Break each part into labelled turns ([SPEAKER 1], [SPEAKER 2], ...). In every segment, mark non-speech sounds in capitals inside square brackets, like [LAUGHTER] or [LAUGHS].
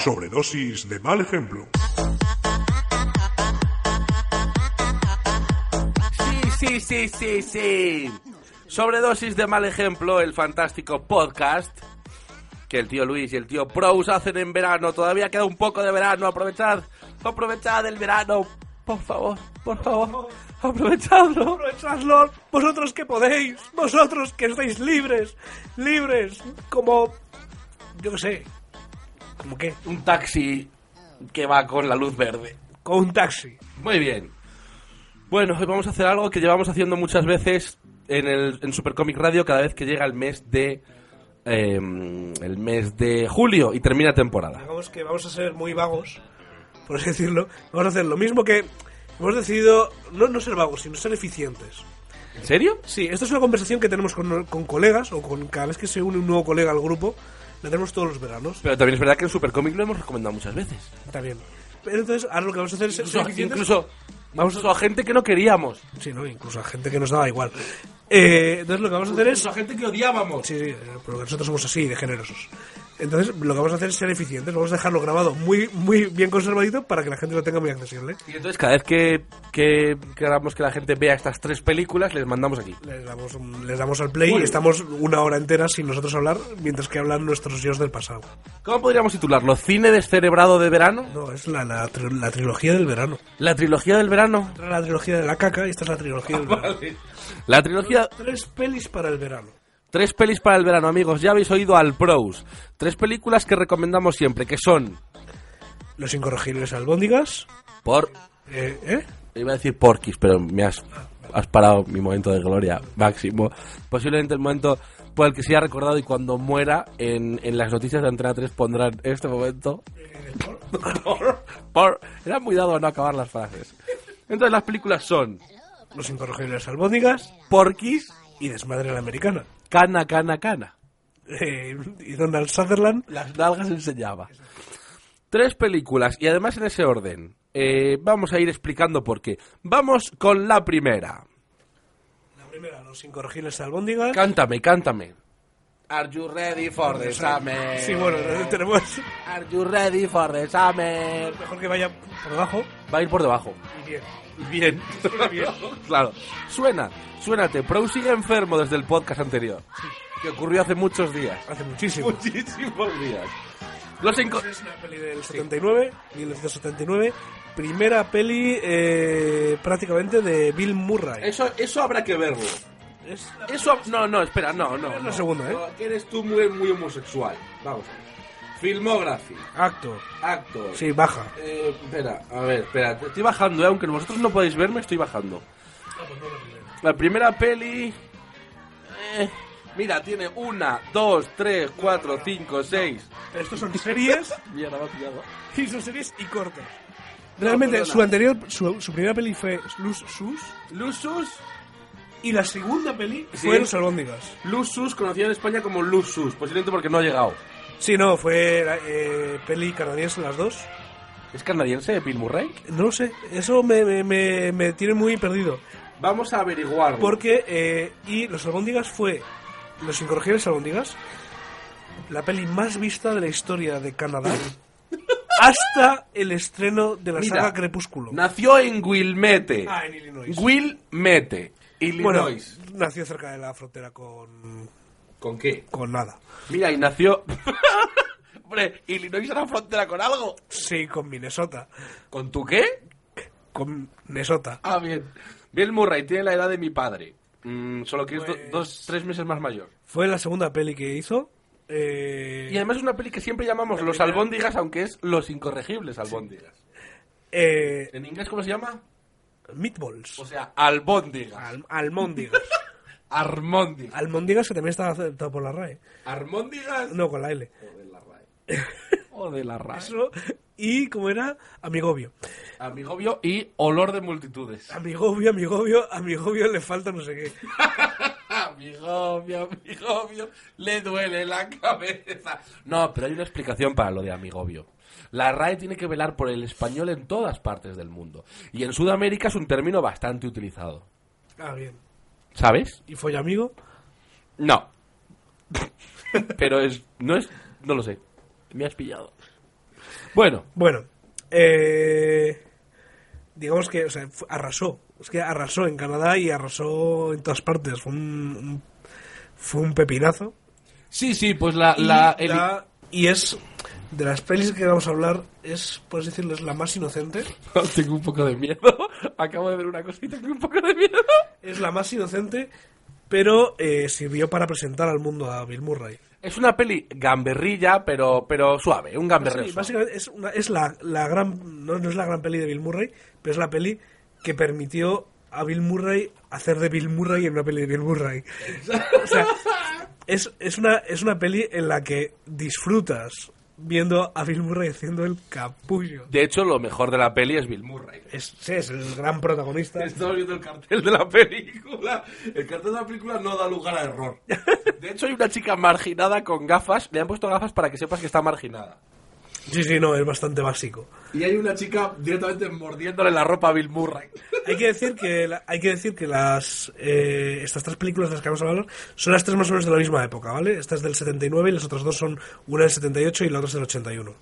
[SPEAKER 1] Sobredosis de mal ejemplo.
[SPEAKER 2] Sí, sí, sí, sí, sí. Sobredosis de mal ejemplo, el fantástico podcast que el tío Luis y el tío Prous hacen en verano. Todavía queda un poco de verano. Aprovechad, aprovechad el verano. Por favor, por favor, aprovechadlo.
[SPEAKER 3] Aprovechadlo, vosotros que podéis, vosotros que estáis libres, libres, como, yo qué sé, como qué,
[SPEAKER 2] Un taxi que va con la luz verde.
[SPEAKER 3] con un taxi.
[SPEAKER 2] Muy bien. Bueno, hoy vamos a hacer algo que llevamos haciendo muchas veces en, el, en Supercomic Radio cada vez que llega el mes de... eh, el mes de julio y termina temporada.
[SPEAKER 3] Digamos que vamos a ser muy vagos, por así decirlo. Vamos a hacer lo mismo que hemos decidido, no, no ser vagos, sino ser eficientes.
[SPEAKER 2] ¿En serio?
[SPEAKER 3] Sí, esta es una conversación que tenemos con, con colegas o con cada vez que se une un nuevo colega al grupo, la tenemos todos los veranos.
[SPEAKER 2] Pero también es verdad que en Supercomic lo hemos recomendado muchas veces.
[SPEAKER 3] Está bien. Pero entonces, ahora lo que vamos a hacer es ser
[SPEAKER 2] Incluso,
[SPEAKER 3] eficientes.
[SPEAKER 2] incluso, vamos a gente que no queríamos.
[SPEAKER 3] Sí, ¿no? Incluso a gente que nos daba igual. Eh, entonces lo que vamos a hacer es...
[SPEAKER 2] Incluso a gente que odiábamos.
[SPEAKER 3] Sí, sí, eh, porque nosotros somos así, de generosos. Entonces lo que vamos a hacer es ser eficientes, vamos a dejarlo grabado muy, muy bien conservadito para que la gente lo tenga muy accesible.
[SPEAKER 2] Y entonces cada vez que, que queramos que la gente vea estas tres películas, les mandamos aquí.
[SPEAKER 3] Les damos, un- les damos al play
[SPEAKER 2] Muy
[SPEAKER 3] y
[SPEAKER 2] bien.
[SPEAKER 3] estamos una hora entera sin nosotros hablar, mientras que hablan nuestros dios del pasado.
[SPEAKER 2] ¿Cómo podríamos titularlo? ¿Cine descerebrado de verano?
[SPEAKER 3] No, es la, la, tri- la trilogía del verano.
[SPEAKER 2] ¿La trilogía del verano?
[SPEAKER 3] Esta era la trilogía de la caca y esta es la trilogía
[SPEAKER 2] Ah,
[SPEAKER 3] del verano.
[SPEAKER 2] La trilogía...
[SPEAKER 3] Tres pelis para el verano.
[SPEAKER 2] Tres pelis para el verano, amigos. Ya habéis oído al Pros. Tres películas que recomendamos siempre, que son...
[SPEAKER 3] Los incorregibles albóndigas.
[SPEAKER 2] Por...
[SPEAKER 3] Eh, ¿eh?
[SPEAKER 2] Iba a decir Porquis, pero me has, has parado mi momento de gloria máximo. Posiblemente el momento por el que sea recordado y cuando muera en, en las noticias de Antena 3 pondrán este momento. Por, por- era muy dado a no acabar las frases. Entonces las películas son
[SPEAKER 3] Los incorregibles albóndigas
[SPEAKER 2] Porquis,
[SPEAKER 3] y Desmadre a la Americana.
[SPEAKER 2] Cana, Cana, Cana.
[SPEAKER 3] Eh, y Donald Sutherland.
[SPEAKER 2] Las nalgas enseñaba. Tres películas y además en ese orden. Eh, vamos a ir explicando por qué. Vamos con la primera.
[SPEAKER 3] La primera, Los incorregibles albóndigas.
[SPEAKER 2] Cántame, cántame. Are you ready for the summer?
[SPEAKER 3] Sí, bueno, eh, tenemos...
[SPEAKER 2] Are you ready for the summer?
[SPEAKER 3] Mejor que vaya por debajo.
[SPEAKER 2] Va a ir por debajo.
[SPEAKER 3] Y bien.
[SPEAKER 2] Bien. claro. Suena, suénate. Pro sigue enfermo desde el podcast anterior. Que ocurrió hace muchos días.
[SPEAKER 3] Hace muchísimo.
[SPEAKER 2] Muchísimos días. Los inco-
[SPEAKER 3] Es una peli del 79, 1979. Primera peli eh, prácticamente de Bill Murray.
[SPEAKER 2] Eso, eso habrá que verlo.
[SPEAKER 3] Es la-
[SPEAKER 2] Eso... No, no, espera, no, no.
[SPEAKER 3] Es la
[SPEAKER 2] no.
[SPEAKER 3] segunda, ¿eh?
[SPEAKER 2] No, que eres tú muy, muy homosexual. Vamos. Filmography.
[SPEAKER 3] acto.
[SPEAKER 2] Actor.
[SPEAKER 3] Sí, baja.
[SPEAKER 2] Eh, espera, a ver, espera, te estoy bajando, eh, aunque vosotros no podéis verme, estoy bajando. La primera peli. eh, mira, tiene una, dos, tres, cuatro, cinco, seis.
[SPEAKER 3] Estos son series
[SPEAKER 2] Mierda, me ha pillado.
[SPEAKER 3] y son series y cortos. Realmente
[SPEAKER 2] perdona.
[SPEAKER 3] su anterior, su, su primera peli fue Luz Sus
[SPEAKER 2] Lusus,
[SPEAKER 3] y la segunda peli
[SPEAKER 2] Sí.
[SPEAKER 3] fue Los Albóndigas.
[SPEAKER 2] Lusus, conocida en España como Lusus, posiblemente porque no ha llegado.
[SPEAKER 3] Sí, no, fue eh, peli canadiense las dos.
[SPEAKER 2] ¿Es canadiense, Bill Murray?
[SPEAKER 3] No lo sé, eso me, me- me- me tiene muy perdido.
[SPEAKER 2] Vamos a averiguarlo.
[SPEAKER 3] Porque, eh, y Los Albóndigas fue, Los Incorregibles Albóndigas, la peli más vista de la historia de
[SPEAKER 2] [LAUGHS]
[SPEAKER 3] Canadá hasta el estreno de la
[SPEAKER 2] Mira,
[SPEAKER 3] saga Crepúsculo.
[SPEAKER 2] Nació en Wilmette.
[SPEAKER 3] Ah, en Illinois.
[SPEAKER 2] Wilmette,
[SPEAKER 3] Bueno,
[SPEAKER 2] Illinois.
[SPEAKER 3] nació cerca de la frontera con,
[SPEAKER 2] ¿Con qué?
[SPEAKER 3] Con nada.
[SPEAKER 2] Mira, y nació. [LAUGHS] Hombre, Illinois era frontera con algo.
[SPEAKER 3] Sí, con Minnesota.
[SPEAKER 2] ¿Con tu qué?
[SPEAKER 3] Con Minnesota.
[SPEAKER 2] Ah, bien. Bill Murray tiene la edad de mi padre. Mm, solo que
[SPEAKER 3] Pues
[SPEAKER 2] es do- dos, tres meses más mayor.
[SPEAKER 3] Fue la segunda peli que hizo. Eh,
[SPEAKER 2] Y además es una peli que siempre llamamos Los Albóndigas, aunque es Los Incorregibles Albóndigas.
[SPEAKER 3] eh,
[SPEAKER 2] ¿En inglés cómo se llama? O
[SPEAKER 3] Meatballs.
[SPEAKER 2] sea, Albóndigas.
[SPEAKER 3] Al- almóndigas.
[SPEAKER 2] Armóndigas.
[SPEAKER 3] [LAUGHS] almóndigas que también estaba aceptado por la RAE.
[SPEAKER 2] Armóndigas.
[SPEAKER 3] No, con la L.
[SPEAKER 2] O de la RAE. O Oh, de la RAE.
[SPEAKER 3] Eso, y como era, amigobio.
[SPEAKER 2] Amigobio y olor de multitudes.
[SPEAKER 3] Amigobio, amigobio, amigobio le falta no sé qué.
[SPEAKER 2] [LAUGHS] Amigobio, amigobio, le duele la cabeza. No, pero hay una explicación para lo de amigobio. La RAE tiene que velar por el español en todas partes del mundo. Y en Sudamérica es un término bastante utilizado.
[SPEAKER 3] Ah, bien.
[SPEAKER 2] ¿Sabes?
[SPEAKER 3] ¿Y fue amigo?
[SPEAKER 2] No. [LAUGHS] pero es. No es. No lo sé. Me has pillado. Bueno,
[SPEAKER 3] Bueno, eh, digamos que o sea, fu- arrasó. Es que arrasó en Canadá y arrasó en todas partes. Fue un, un- fue un pepinazo.
[SPEAKER 2] sí, sí, pues la. la-
[SPEAKER 3] y,
[SPEAKER 2] el-
[SPEAKER 3] la- y es de las pelis que vamos a hablar, es, puedes decirles, la más inocente.
[SPEAKER 2] [LAUGHS] Tengo un poco de miedo. [LAUGHS] Acabo de ver una cosita tengo un poco de miedo.
[SPEAKER 3] Es la más inocente, pero eh, sirvió para presentar al mundo a Bill Murray.
[SPEAKER 2] Es una peli gamberrilla, pero, pero suave, un gamberreo.
[SPEAKER 3] Sí,
[SPEAKER 2] suave.
[SPEAKER 3] básicamente es, una- es la, la gran. No, no es la gran peli de Bill Murray, pero es la peli que permitió a Bill Murray hacer de Bill Murray en una peli de Bill Murray. O sea, es, es, una, es una peli en la que disfrutas viendo a Bill Murray haciendo el capullo.
[SPEAKER 2] De hecho, lo mejor de la peli es Bill Murray.
[SPEAKER 3] Es, sí, es el gran protagonista.
[SPEAKER 2] Estaba viendo el cartel de la película. El cartel de la película no da lugar a error. De hecho, hay una chica marginada con gafas. Le han puesto gafas para que sepas que está marginada.
[SPEAKER 3] Sí, sí, no, es bastante básico.
[SPEAKER 2] Y hay una chica directamente mordiéndole la ropa a Bill Murray.
[SPEAKER 3] Hay que decir que, la- hay que, decir que las, eh, estas tres películas de las que vamos a hablar son las tres más o menos de la misma época, ¿vale? Esta es del 79 y las otras dos son una del 78 y la otra es del 81.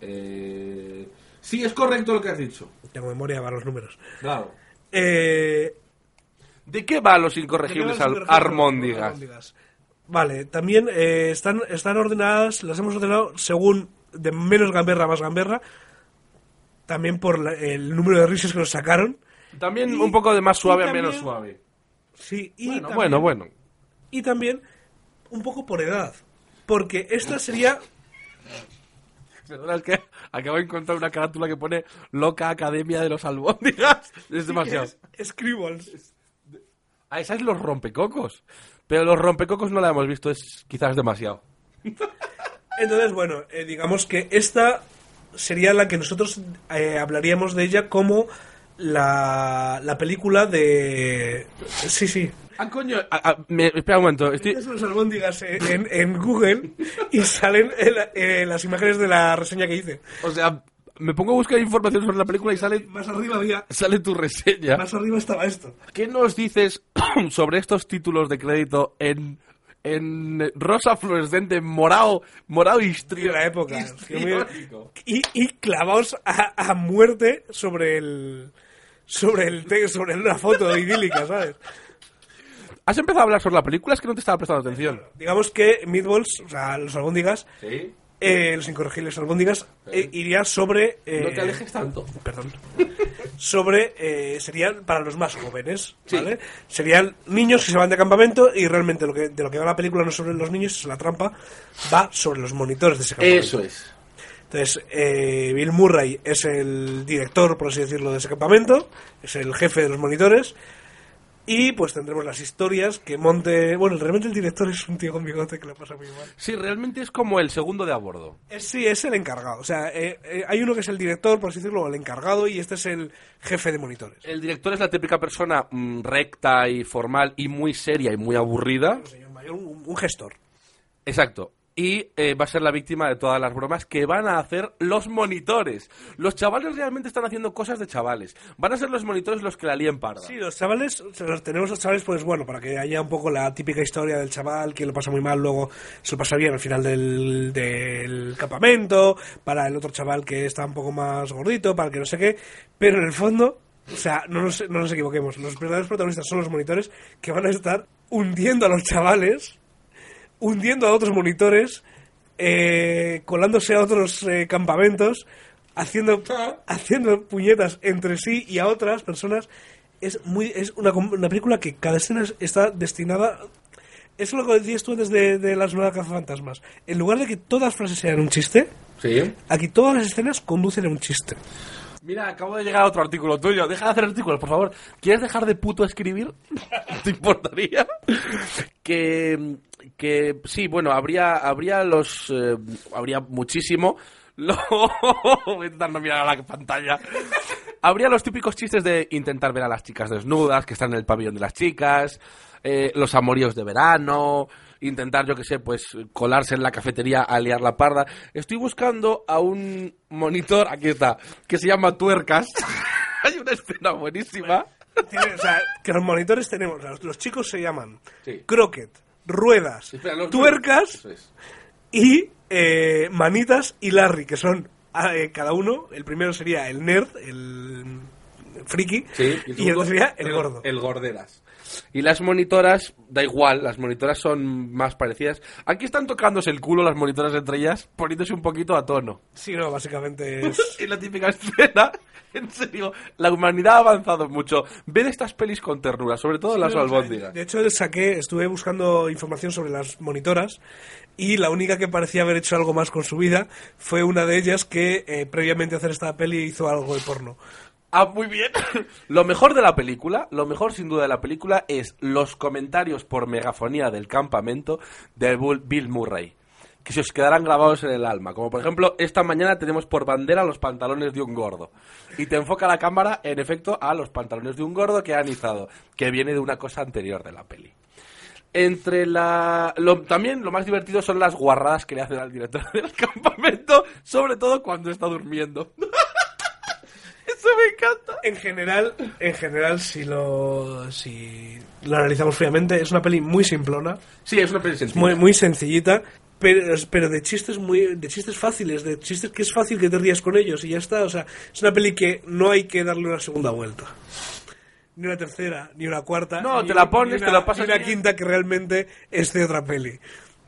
[SPEAKER 2] Eh, Sí, es correcto lo que has dicho.
[SPEAKER 3] Tengo memoria para los números.
[SPEAKER 2] Claro.
[SPEAKER 3] Eh,
[SPEAKER 2] ¿De qué va los incorregibles
[SPEAKER 3] ¿de qué
[SPEAKER 2] al
[SPEAKER 3] van a ser
[SPEAKER 2] Armóndigas?
[SPEAKER 3] Armóndigas? Vale, también eh, están, están ordenadas, las hemos ordenado según de menos gamberra a más gamberra, también por la- el número de risas que nos sacaron.
[SPEAKER 2] También
[SPEAKER 3] Y-
[SPEAKER 2] un poco de más
[SPEAKER 3] y
[SPEAKER 2] suave a
[SPEAKER 3] también-
[SPEAKER 2] menos suave.
[SPEAKER 3] Sí, y
[SPEAKER 2] Bueno,
[SPEAKER 3] también-
[SPEAKER 2] bueno, bueno.
[SPEAKER 3] y también un poco por edad. Porque esta sería.
[SPEAKER 2] Perdona, es que acabo de encontrar una carátula que pone Loca Academia de los Albóndigas. Es demasiado.
[SPEAKER 3] Es Scribbles.
[SPEAKER 2] Ah, esa es los rompecocos. Pero los rompecocos no la hemos visto, es quizás demasiado.
[SPEAKER 3] Entonces, bueno, eh, digamos que esta sería la que nosotros eh, hablaríamos de ella como la, la película de. Sí, sí.
[SPEAKER 2] Ah, coño. ah, ah, me- espera un momento. Estoy,
[SPEAKER 3] Es los albóndigas eh, en, en Google y salen eh, la- eh, las imágenes de la reseña que hice.
[SPEAKER 2] o sea, me pongo a buscar información sobre la película y sale,
[SPEAKER 3] Más arriba había.
[SPEAKER 2] sale tu reseña.
[SPEAKER 3] Más arriba estaba esto.
[SPEAKER 2] ¿Qué nos dices [CLEARS THROAT] sobre estos títulos de crédito en, en rosa fluorescente, morado, morado
[SPEAKER 3] de
[SPEAKER 2] histrio,
[SPEAKER 3] la época.
[SPEAKER 2] histriónico?
[SPEAKER 3] Y, y clavaos a, a muerte sobre el sobre el te- sobre una foto idílica, ¿sabes?
[SPEAKER 2] ¿Has empezado a hablar sobre la película? Es que no te estaba prestando atención.
[SPEAKER 3] Digamos que Meatballs, o sea, los albóndigas,
[SPEAKER 2] Sí.
[SPEAKER 3] eh, los incorregibles albóndigas, eh, iría sobre... eh,
[SPEAKER 2] No te alejes tanto.
[SPEAKER 3] Perdón. [LAUGHS] Sobre... eh, serían para los más jóvenes, ¿vale? Serían niños que se van de campamento y realmente lo que, de lo que va la película no es sobre los niños, es la trampa, va sobre los monitores de ese campamento.
[SPEAKER 2] es.
[SPEAKER 3] Entonces, eh, Bill Murray es el director, por así decirlo, de ese campamento, es el jefe de los monitores, y pues tendremos las historias que monte... Bueno, realmente el director es un tío con bigote que lo pasa muy mal.
[SPEAKER 2] Sí, realmente es como el segundo de a bordo.
[SPEAKER 3] Eh, Sí, es el encargado. O sea, eh, eh, hay uno que es el director, por así decirlo, o el encargado, y este es el jefe de monitores.
[SPEAKER 2] El director es la típica persona mm, recta y formal y muy seria y muy aburrida.
[SPEAKER 3] Un señor mayor, un, un gestor.
[SPEAKER 2] Exacto. Y eh, va a ser la víctima de todas las bromas que van a hacer los monitores. Los chavales realmente están haciendo cosas de chavales. Van a ser los monitores los que la líen parda.
[SPEAKER 3] Sí, los chavales, o sea, los tenemos los chavales, pues bueno, para que haya un poco la típica historia del chaval que lo pasa muy mal, luego se lo pasa bien al final del, del campamento, para el otro chaval que está un poco más gordito, para el que no sé qué, pero en el fondo, o sea, no nos, no nos equivoquemos, los verdaderos protagonistas son los monitores que van a estar hundiendo a los chavales hundiendo a otros monitores, eh, colándose a otros eh, campamentos, haciendo,
[SPEAKER 2] Ah.
[SPEAKER 3] haciendo puñetas entre sí y a otras personas. Es, muy, es una, com- una película que cada escena es- está destinada... Es lo que decías tú antes de, de las nuevas cazafantasmas. En lugar de que todas las frases sean un chiste,
[SPEAKER 2] Sí.
[SPEAKER 3] aquí todas las escenas conducen a un chiste.
[SPEAKER 2] Mira, acabo de llegar a otro artículo tuyo. Deja de hacer artículos, por favor. ¿Quieres dejar de puto escribir? [LAUGHS] ¿Te importaría? que, que sí, bueno, habría, habría los... eh, habría muchísimo... [LAUGHS] Lo... Voy a intentar no mirar a la pantalla. Habría los típicos chistes de intentar ver a las chicas desnudas, que están en el pabellón de las chicas, eh, los amoríos de verano, intentar, yo que sé, pues colarse en la cafetería a liar la parda. Estoy buscando a un monitor, aquí está, que se llama Tuercas. [LAUGHS] Hay una escena buenísima.
[SPEAKER 3] Tiene- o sea, que los monitores tenemos. o sea, los chicos se llaman
[SPEAKER 2] Sí.
[SPEAKER 3] croquet, ruedas,
[SPEAKER 2] Espera, los-
[SPEAKER 3] tuercas
[SPEAKER 2] Eso es.
[SPEAKER 3] y eh, manitas y Larry, que son ah, eh, cada uno. El primero sería el nerd, el friki, y el otro sería el gordo.
[SPEAKER 2] El gorderas. Y las monitoras, da igual, las monitoras son más parecidas. Aquí están tocándose el culo las monitoras entre ellas, poniéndose un poquito a tono.
[SPEAKER 3] Sí, no, [LAUGHS]
[SPEAKER 2] [LAUGHS]
[SPEAKER 3] básicamente es.
[SPEAKER 2] Y la típica escena, en serio, la humanidad ha avanzado mucho. Ved estas pelis con ternura, sobre todo las albóndigas.
[SPEAKER 3] De hecho, saqué, estuve buscando información sobre las monitoras y la única que parecía haber hecho algo más con su vida fue una de ellas que eh, previamente a hacer esta peli hizo algo de porno.
[SPEAKER 2] Ah, muy bien. [LAUGHS] Lo mejor de la película, lo mejor sin duda de la película es los comentarios por megafonía del campamento de Bull- Bill Murray, que se os quedarán grabados en el alma. Como por ejemplo, esta mañana tenemos por bandera los pantalones de un gordo. Y te enfoca la cámara, en efecto, a los pantalones de un gordo que han izado, que viene de una cosa anterior de la peli. Entre la. lo- también lo más divertido son las guarradas que le hacen al director [LAUGHS] del campamento, sobre todo cuando está durmiendo. [LAUGHS] Eso me encanta.
[SPEAKER 3] En general, en general, si lo, si lo analizamos fríamente, es una peli muy simplona,
[SPEAKER 2] Sí, es una peli sencilla.
[SPEAKER 3] muy, muy sencillita, pero, pero de chistes muy, de chistes fáciles, de chistes que es fácil que te rías con ellos y ya está. O sea, es una peli que no hay que darle una segunda vuelta. Ni una tercera, ni una cuarta.
[SPEAKER 2] No,
[SPEAKER 3] ni
[SPEAKER 2] te la
[SPEAKER 3] una-
[SPEAKER 2] pones,
[SPEAKER 3] ni una-
[SPEAKER 2] te la pasas
[SPEAKER 3] Ni una
[SPEAKER 2] bien.
[SPEAKER 3] quinta que realmente es de otra peli.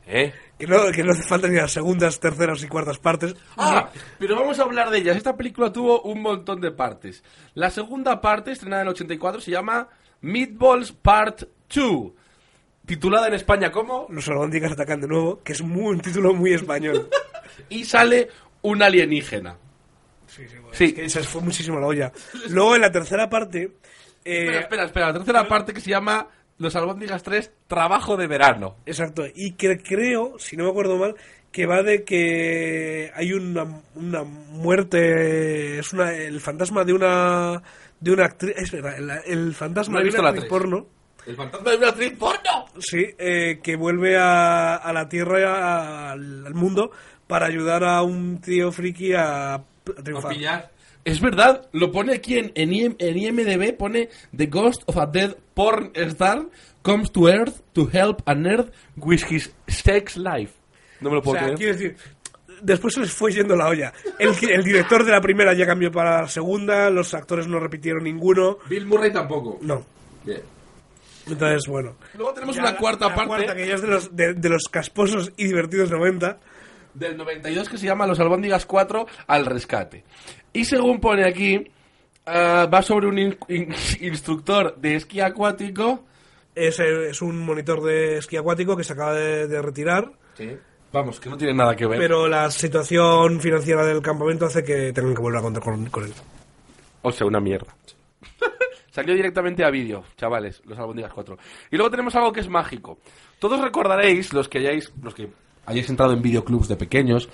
[SPEAKER 2] ¿Eh?
[SPEAKER 3] Que no, que no hace falta ni las segundas, terceras y cuartas partes.
[SPEAKER 2] Ah, pero vamos a hablar de ellas. Esta película tuvo un montón de partes. La segunda parte, estrenada en el 84, se llama Meatballs Part 2. Titulada en España como...
[SPEAKER 3] Los albóndigas atacan de nuevo, que es muy, un título muy español.
[SPEAKER 2] Y sale un alienígena.
[SPEAKER 3] Sí, sí, bueno,
[SPEAKER 2] [LAUGHS] Sí.
[SPEAKER 3] es que se les fue muchísimo
[SPEAKER 2] [LAUGHS]
[SPEAKER 3] la olla. Luego en la tercera parte. eh,
[SPEAKER 2] Espera, espera, espera. La tercera parte que se llama Los Albóndigas 3, Trabajo de Verano.
[SPEAKER 3] Exacto. Y que creo, si no me acuerdo mal, que va de que hay una, una muerte. Es una, el fantasma de una. De una actriz. Es verdad, el, el fantasma
[SPEAKER 2] No he
[SPEAKER 3] de
[SPEAKER 2] visto
[SPEAKER 3] una
[SPEAKER 2] la tres.
[SPEAKER 3] actriz porno.
[SPEAKER 2] El fantasma de una actriz porno.
[SPEAKER 3] Sí, eh, que vuelve a, a la tierra, y a- al, al mundo, para ayudar a un tío friki a, a triunfar.
[SPEAKER 2] Es verdad, lo pone aquí en, en, IM en IMDB, pone The Ghost of a Dead Porn Star comes to Earth to help a nerd with his sex life. No me lo
[SPEAKER 3] O
[SPEAKER 2] puedo
[SPEAKER 3] sea,
[SPEAKER 2] creer.
[SPEAKER 3] quiero decir, después se les fue yendo la olla. El, el director de la primera ya cambió para la segunda, los actores no repitieron ninguno.
[SPEAKER 2] Bill Murray tampoco.
[SPEAKER 3] No. Entonces, bueno.
[SPEAKER 2] Luego tenemos
[SPEAKER 3] Ya
[SPEAKER 2] Pues una
[SPEAKER 3] la-
[SPEAKER 2] cuarta
[SPEAKER 3] la
[SPEAKER 2] parte
[SPEAKER 3] cuarta, que ya es de los, de, de los casposos y divertidos 90.
[SPEAKER 2] del 92 que se llama Los Albóndigas 4 al rescate. Y según pone aquí, ah, va sobre un in- in- [LAUGHS] instructor de esquí acuático.
[SPEAKER 3] Es, eh, es un monitor de esquí acuático que se acaba de, de retirar,
[SPEAKER 2] Vamos, que no tiene nada que ver.
[SPEAKER 3] pero la situación financiera del campamento hace que tengan que volver a contar con, con él.
[SPEAKER 2] O sea, una mierda. [LAUGHS] Salió directamente a vídeo, chavales, los albóndigas 4. Y luego tenemos algo que es mágico. Todos recordaréis, los que hayáis, los que hayáis entrado en videoclubs de pequeños,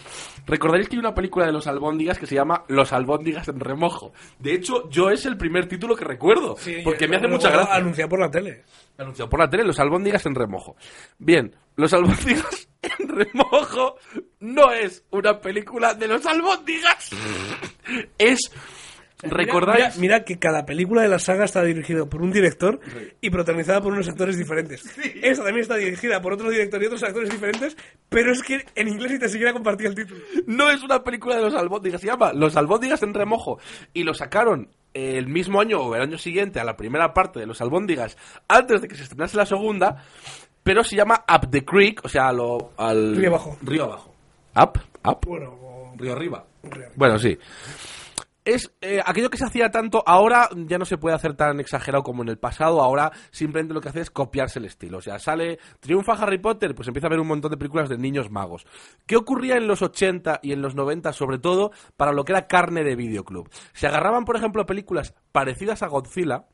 [SPEAKER 2] recordaréis que hay una película de los albóndigas que se llama Los albóndigas en remojo. De hecho, yo es el primer título que recuerdo,
[SPEAKER 3] eh,
[SPEAKER 2] porque me hace mucha gracia.
[SPEAKER 3] Anunciado por la tele.
[SPEAKER 2] Anunciado por la tele, los albóndigas en remojo. Bien, los albóndigas [LAUGHS] en remojo no es una película de los
[SPEAKER 3] [LAUGHS]
[SPEAKER 2] albóndigas. Es... ¿Recordáis?
[SPEAKER 3] Mira, mira que cada película de la saga está dirigida por un director y protagonizada por unos actores diferentes. Esta también está dirigida por otro director y otros actores diferentes, pero es que en inglés ni te siquiera compartía el título.
[SPEAKER 2] No es una película de los albóndigas, se llama Los albóndigas en remojo. Y lo sacaron el mismo año o el año siguiente a la primera parte de Los albóndigas, antes de que se estrenase la segunda. pero se llama Up the Creek, o sea, lo- al...
[SPEAKER 3] Río abajo.
[SPEAKER 2] Río abajo. Up, up,
[SPEAKER 3] Bueno, o-
[SPEAKER 2] río arriba.
[SPEAKER 3] Río.
[SPEAKER 2] Bueno, sí. Es eh, aquello que se hacía tanto ahora ya no se puede hacer tan exagerado como en el pasado. Ahora simplemente lo que hace es copiarse el estilo. O sea, sale, triunfa Harry Potter, pues empieza a ver un montón de películas de niños magos. ¿Qué ocurría en los 80 y en los 90 sobre todo para lo que era carne de videoclub? Se agarraban, por ejemplo, a películas parecidas a Godzilla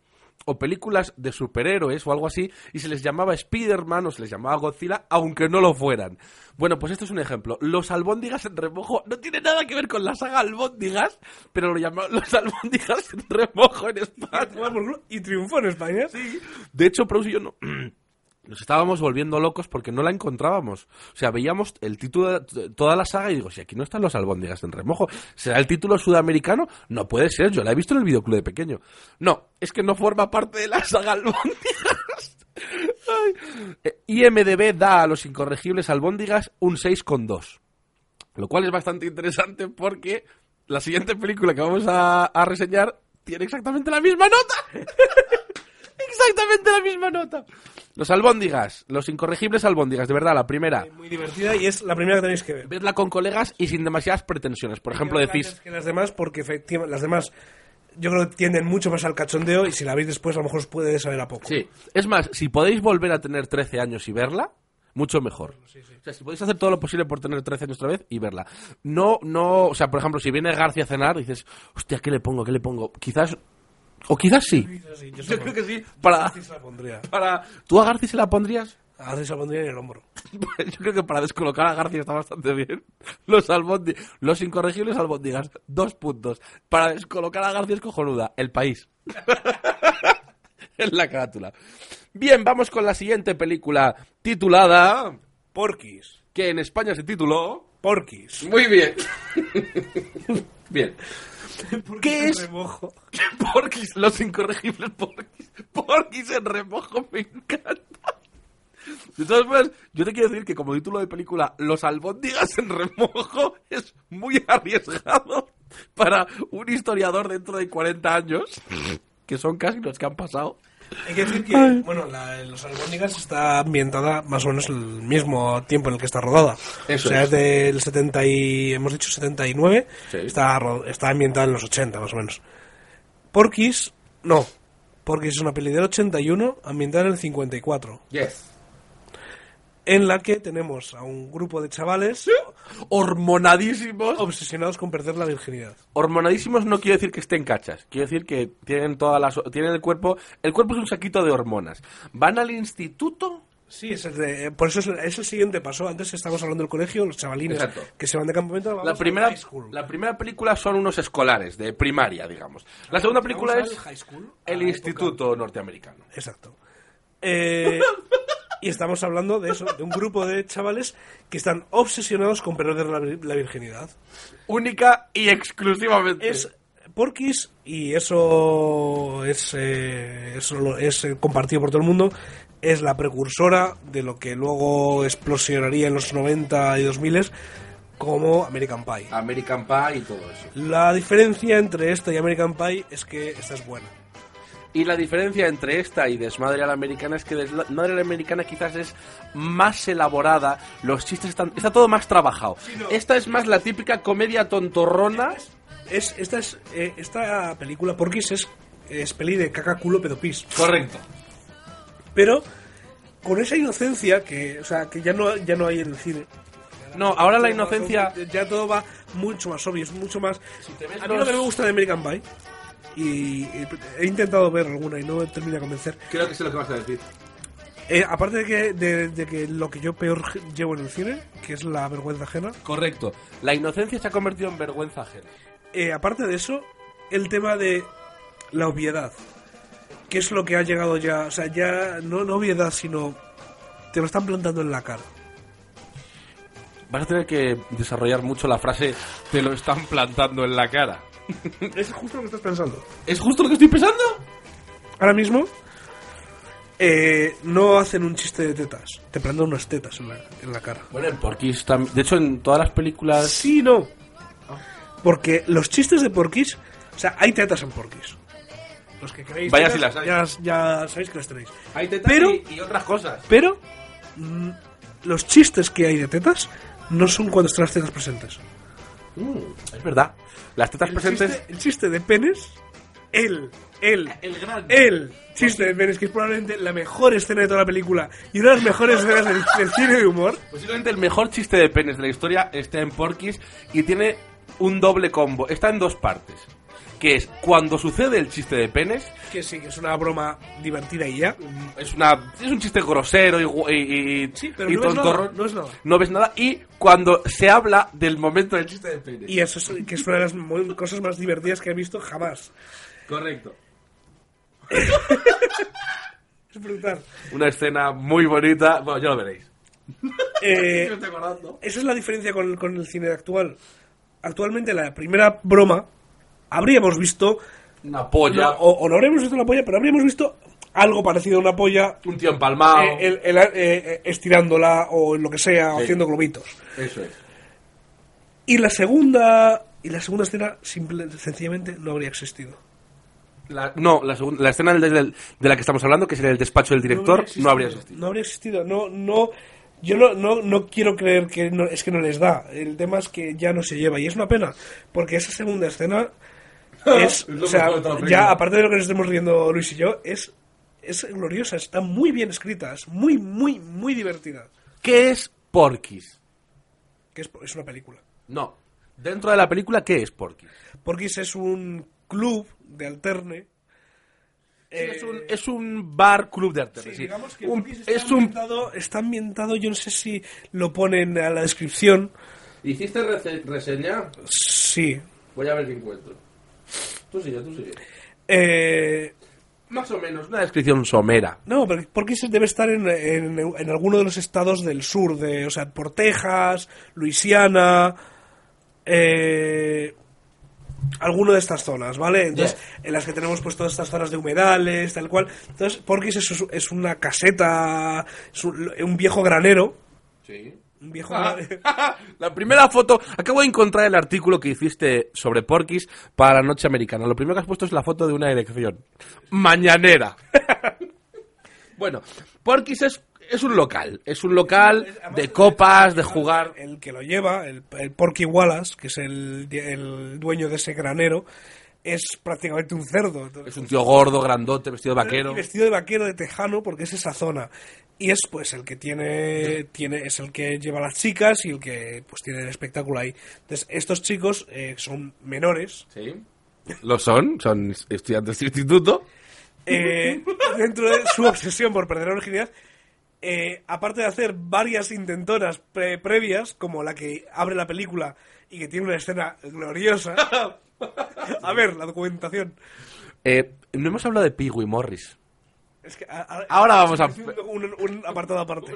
[SPEAKER 2] o películas de superhéroes o algo así y se les llamaba Spider-Man o se les llamaba Godzilla aunque no lo fueran. Bueno, pues esto es un ejemplo. Los albóndigas en remojo no tiene nada que ver con la saga albóndigas, pero lo llamaban los albóndigas en remojo en
[SPEAKER 3] [LAUGHS]
[SPEAKER 2] España.
[SPEAKER 3] Toma por culo, Y triunfó en España.
[SPEAKER 2] De hecho, Proust y yo no- [CLEARS THROAT] nos estábamos volviendo locos porque no la encontrábamos. O sea, veíamos el título de toda la saga y digo, si aquí no están los albóndigas en remojo, ¿será el título sudamericano? No puede ser, yo la he visto en el videoclub de pequeño. No, es que no forma parte de la saga albóndigas. Ay. Eh, IMDB da a los incorregibles albóndigas un 6,2. Lo cual es bastante interesante porque la siguiente película que vamos a, a reseñar tiene exactamente la misma nota. [LAUGHS] exactamente la misma nota. Los albóndigas, los incorregibles albóndigas, de verdad, la primera.
[SPEAKER 3] Eh, Muy divertida y es la primera que tenéis que ver.
[SPEAKER 2] Vedla con colegas y sin demasiadas pretensiones. Por ejemplo,
[SPEAKER 3] Creo que antes
[SPEAKER 2] decís,
[SPEAKER 3] Que las demás, porque efectivamente las demás yo creo que tienden mucho más al cachondeo y si la veis después a lo mejor os puede saber a poco.
[SPEAKER 2] Sí. Es más, si podéis volver a tener 13 años y verla, mucho mejor. O sea, si podéis hacer todo lo posible por tener 13 años otra vez y verla. No, no, o sea, por ejemplo, si viene García a cenar, dices, hostia, ¿qué le pongo? ¿Qué le pongo? Quizás, o quizás sí.
[SPEAKER 3] Sí, yo,
[SPEAKER 2] Yo creo que sí. Para,
[SPEAKER 3] se la pondría.
[SPEAKER 2] para, ¿tú a García se la pondrías?
[SPEAKER 3] Así se la pondría en el hombro.
[SPEAKER 2] Pues [LAUGHS] yo creo que para descolocar a García está bastante bien. Los albondi- los incorregibles albóndigas, dos puntos. Para descolocar a García es cojonuda, el país. [LAUGHS] en la carátula. Bien, vamos con la siguiente película titulada,
[SPEAKER 3] Porquis.
[SPEAKER 2] que en España se tituló...
[SPEAKER 3] Porquis.
[SPEAKER 2] Muy bien. [LAUGHS] bien. ¿Qué es?
[SPEAKER 3] Remojo.
[SPEAKER 2] Porquis, los incorregibles porquis. Porquis en remojo, me encanta. De todas formas, yo te quiero decir que como título de película, Los albóndigas en remojo es muy arriesgado para un historiador dentro de 40 años, que son casi los que han pasado.
[SPEAKER 3] Hay que decir que, bueno, la, Los Albóndigas está ambientada más o menos el mismo tiempo en el que está rodada.
[SPEAKER 2] Eso
[SPEAKER 3] o sea,
[SPEAKER 2] es.
[SPEAKER 3] es. del 70 y, hemos dicho 79,
[SPEAKER 2] Sí.
[SPEAKER 3] está, ro- está ambientada en los 80 más o menos. Porquis, no. Porquis es una peli del 81, ambientada en el 54,
[SPEAKER 2] Yes.
[SPEAKER 3] en la que tenemos a un grupo de chavales
[SPEAKER 2] Hormonadísimos.
[SPEAKER 3] obsesionados con perder la virginidad.
[SPEAKER 2] Hormonadísimos no quiero decir que estén cachas. Quiero decir que tienen todas las tienen el cuerpo, el cuerpo es un saquito de hormonas. Van al instituto
[SPEAKER 3] Sí, es el de- eh, por eso es, el- es el siguiente paso. Antes estábamos hablando del colegio, los chavalines
[SPEAKER 2] Exacto.
[SPEAKER 3] que se van de campamento. vamos
[SPEAKER 2] La
[SPEAKER 3] al
[SPEAKER 2] primera,
[SPEAKER 3] high school.
[SPEAKER 2] la primera película son unos escolares de primaria, digamos. La segunda película
[SPEAKER 3] Vamos
[SPEAKER 2] es
[SPEAKER 3] al high school, Ah, a
[SPEAKER 2] el
[SPEAKER 3] la
[SPEAKER 2] Instituto Norteamericano.
[SPEAKER 3] Exacto. Eh, y estamos hablando de eso, de un grupo de chavales que están obsesionados con perder la, vir- la virginidad.
[SPEAKER 2] Única y exclusivamente.
[SPEAKER 3] Es porquis y eso es, eh, eso lo- es eh, compartido por todo el mundo. Es la precursora de lo que luego explosionaría en los 90 y 2000 como American Pie.
[SPEAKER 2] American Pie y todo eso.
[SPEAKER 3] La diferencia entre esta y American Pie es que esta es buena.
[SPEAKER 2] Y la diferencia entre esta y Desmadre a la Americana es que Desmadre a la Americana quizás es más elaborada, los chistes están... Está todo más trabajado. Esta es más la típica comedia tontorrona.
[SPEAKER 3] Es, esta, es, eh, esta película, Porquis, es, es peli de caca, culo, pedopis.
[SPEAKER 2] Correcto.
[SPEAKER 3] Pero con esa inocencia que, o sea, que ya, no, ya no hay en el cine.
[SPEAKER 2] No, ahora la inocencia...
[SPEAKER 3] Ya todo va mucho más obvio, es mucho más.
[SPEAKER 2] te ves
[SPEAKER 3] A mí
[SPEAKER 2] los-
[SPEAKER 3] lo que me gusta de American Pie, y he intentado ver alguna y no me termina de convencer.
[SPEAKER 2] Creo que sé lo que vas a decir.
[SPEAKER 3] eh, aparte de que, de, de que lo que yo peor llevo en el cine, que es la vergüenza ajena,
[SPEAKER 2] Correcto. La inocencia se ha convertido en vergüenza ajena.
[SPEAKER 3] Eh, aparte de eso, el tema de la obviedad. Que es lo que ha llegado ya? O sea, ya no, no obviedad, sino te lo están plantando en la cara.
[SPEAKER 2] Vas a tener que desarrollar mucho la frase te lo están plantando en la cara.
[SPEAKER 3] Es justo lo que estás pensando.
[SPEAKER 2] ¿Es justo lo que estoy pensando?
[SPEAKER 3] Ahora mismo eh, no hacen un chiste de tetas, te plantan unas tetas en la, en la cara.
[SPEAKER 2] Bueno, en Porky's tam- De hecho, en todas las películas...
[SPEAKER 3] Sí, no. Porque los chistes de porquis, o sea, hay tetas en porquis. Los que creéis
[SPEAKER 2] Vaya
[SPEAKER 3] tetas,
[SPEAKER 2] si las hay.
[SPEAKER 3] Ya, ya sabéis que las tenéis.
[SPEAKER 2] Hay
[SPEAKER 3] Pero-
[SPEAKER 2] y, y otras cosas.
[SPEAKER 3] Pero mm, los chistes que hay de tetas no son cuando están las tetas presentes.
[SPEAKER 2] Mm, Es verdad. Las tetas
[SPEAKER 3] El
[SPEAKER 2] presentes.
[SPEAKER 3] chiste, el chiste de penes, el, el,
[SPEAKER 2] Ah, El gran.
[SPEAKER 3] el chiste de penes, que es probablemente la mejor escena de toda la película y una de las mejores escenas del, del cine de humor.
[SPEAKER 2] Posiblemente el mejor chiste de penes de la historia está en Porky's y tiene un doble combo. Está en dos partes. Que es cuando sucede el chiste de penes, mm,
[SPEAKER 3] Que sí, que es una broma divertida y ya.
[SPEAKER 2] es una es un chiste grosero y, gu- y, y-
[SPEAKER 3] Sí, pero
[SPEAKER 2] y
[SPEAKER 3] no ves nada,
[SPEAKER 2] tontorrón.
[SPEAKER 3] no es nada.
[SPEAKER 2] No ves nada. Y cuando se habla del momento del chiste de penes.
[SPEAKER 3] Y eso es, que es una de las mo- cosas más divertidas que he visto jamás.
[SPEAKER 2] Correcto. [LAUGHS]
[SPEAKER 3] Es brutal.
[SPEAKER 2] Una escena muy bonita. Bueno, ya lo veréis.
[SPEAKER 3] Eh,
[SPEAKER 2] estoy acordando.
[SPEAKER 3] Esa es la diferencia con, con el cine actual. Actualmente la primera broma habríamos visto,
[SPEAKER 2] Una polla.
[SPEAKER 3] o, o no habríamos visto una polla, pero habríamos visto algo parecido a una polla
[SPEAKER 2] Un tío empalmado.
[SPEAKER 3] eh, el- el- eh, eh, estirándola o lo que sea, o
[SPEAKER 2] Sí.
[SPEAKER 3] haciendo globitos.
[SPEAKER 2] Eso es.
[SPEAKER 3] Y la segunda y la segunda escena simple, sencillamente no habría existido.
[SPEAKER 2] La- no, la, segunda- la escena del- del- de la que estamos hablando, que es en el despacho del director, no habría existido.
[SPEAKER 3] No habría existido. No, no, yo no, no, no quiero creer que no, es que no les da. El tema es que ya no se lleva. Y es una pena, porque esa
[SPEAKER 2] [LAUGHS]
[SPEAKER 3] segunda escena es.
[SPEAKER 2] Es lo
[SPEAKER 3] o sea,
[SPEAKER 2] mejor de toda la película.
[SPEAKER 3] ya aparte de lo que nos estemos riendo Luis y yo, es, es gloriosa. Está muy bien escrita. Es muy, muy, muy divertida.
[SPEAKER 2] ¿Qué es Porky's?
[SPEAKER 3] Que es, es una película.
[SPEAKER 2] No. Dentro de la película, ¿qué es Porky's?
[SPEAKER 3] Porque es un club de alterne. Eh,
[SPEAKER 2] es, un, es un bar club de arte.
[SPEAKER 3] Sí,
[SPEAKER 2] sí.
[SPEAKER 3] digamos que
[SPEAKER 2] Un-
[SPEAKER 3] Porky's está,
[SPEAKER 2] es un.
[SPEAKER 3] ambientado, está ambientado, yo no sé si lo ponen a la descripción.
[SPEAKER 2] ¿Hiciste reseña?
[SPEAKER 3] Sí.
[SPEAKER 2] Voy a ver qué encuentro. Tú sigue, tú sigue.
[SPEAKER 3] Eh,
[SPEAKER 2] Más o menos, una descripción somera.
[SPEAKER 3] no, pero porque se debe estar en, en- en alguno de los estados del sur, de, o sea, por Texas, Luisiana, eh, alguno de estas zonas, ¿vale? Entonces, en las que tenemos pues todas estas zonas de humedales, tal cual. Entonces, Porky's es, es una caseta, es un, un viejo granero,
[SPEAKER 2] Sí.
[SPEAKER 3] un viejo
[SPEAKER 2] Ah,
[SPEAKER 3] [LAUGHS] granero.
[SPEAKER 2] [LAUGHS] La primera foto. Acabo de encontrar el artículo que hiciste sobre Porky's para la Noche Americana. Lo primero que has puesto es la foto de una erección. Mañanera. [LAUGHS] bueno, Porky's es, es un local. Es un local de copas, de jugar.
[SPEAKER 3] el que lo lleva, el, el Porky Wallace, que es el, el dueño de ese granero, es prácticamente un cerdo. Entonces,
[SPEAKER 2] Es un tío gordo, grandote, vestido de
[SPEAKER 3] Y
[SPEAKER 2] vaquero.
[SPEAKER 3] vestido de vaquero de tejano porque es esa zona. Y es pues el que tiene, tiene es el que lleva a las chicas y el que pues tiene el espectáculo ahí. Entonces, estos chicos eh, son menores.
[SPEAKER 2] Sí. Lo son, son estudiantes de instituto.
[SPEAKER 3] eh,
[SPEAKER 2] [LAUGHS]
[SPEAKER 3] dentro de su obsesión por perder la virginidad, eh, aparte de hacer varias intentonas pre- previas, como la que abre la película y que tiene una escena
[SPEAKER 2] [LAUGHS]
[SPEAKER 3] gloriosa. A ver, la documentación.
[SPEAKER 2] Eh, no hemos hablado de Piggy Morris.
[SPEAKER 3] Es que a- a-
[SPEAKER 2] Ahora vamos a-
[SPEAKER 3] un, un apartado aparte.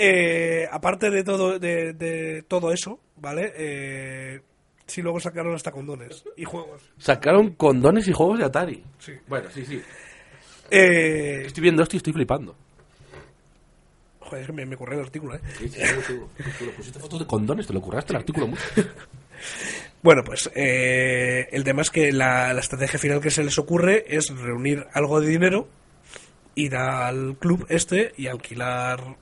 [SPEAKER 3] Eh, aparte de todo, de, de todo eso, ¿vale? Eh, sí, luego sacaron hasta condones y juegos.
[SPEAKER 2] Sacaron condones y juegos de Atari.
[SPEAKER 3] Sí.
[SPEAKER 2] Bueno, sí, sí.
[SPEAKER 3] Eh,
[SPEAKER 2] Estoy viendo esto y estoy flipando.
[SPEAKER 3] joder, es que me, me curré el artículo, ¿eh?
[SPEAKER 2] lo pusiste fotos de condones, te lo curraste el artículo mucho.
[SPEAKER 3] Bueno, pues eh, el tema es que la, la estrategia final que se les ocurre es reunir algo de dinero, ir al club este y alquilar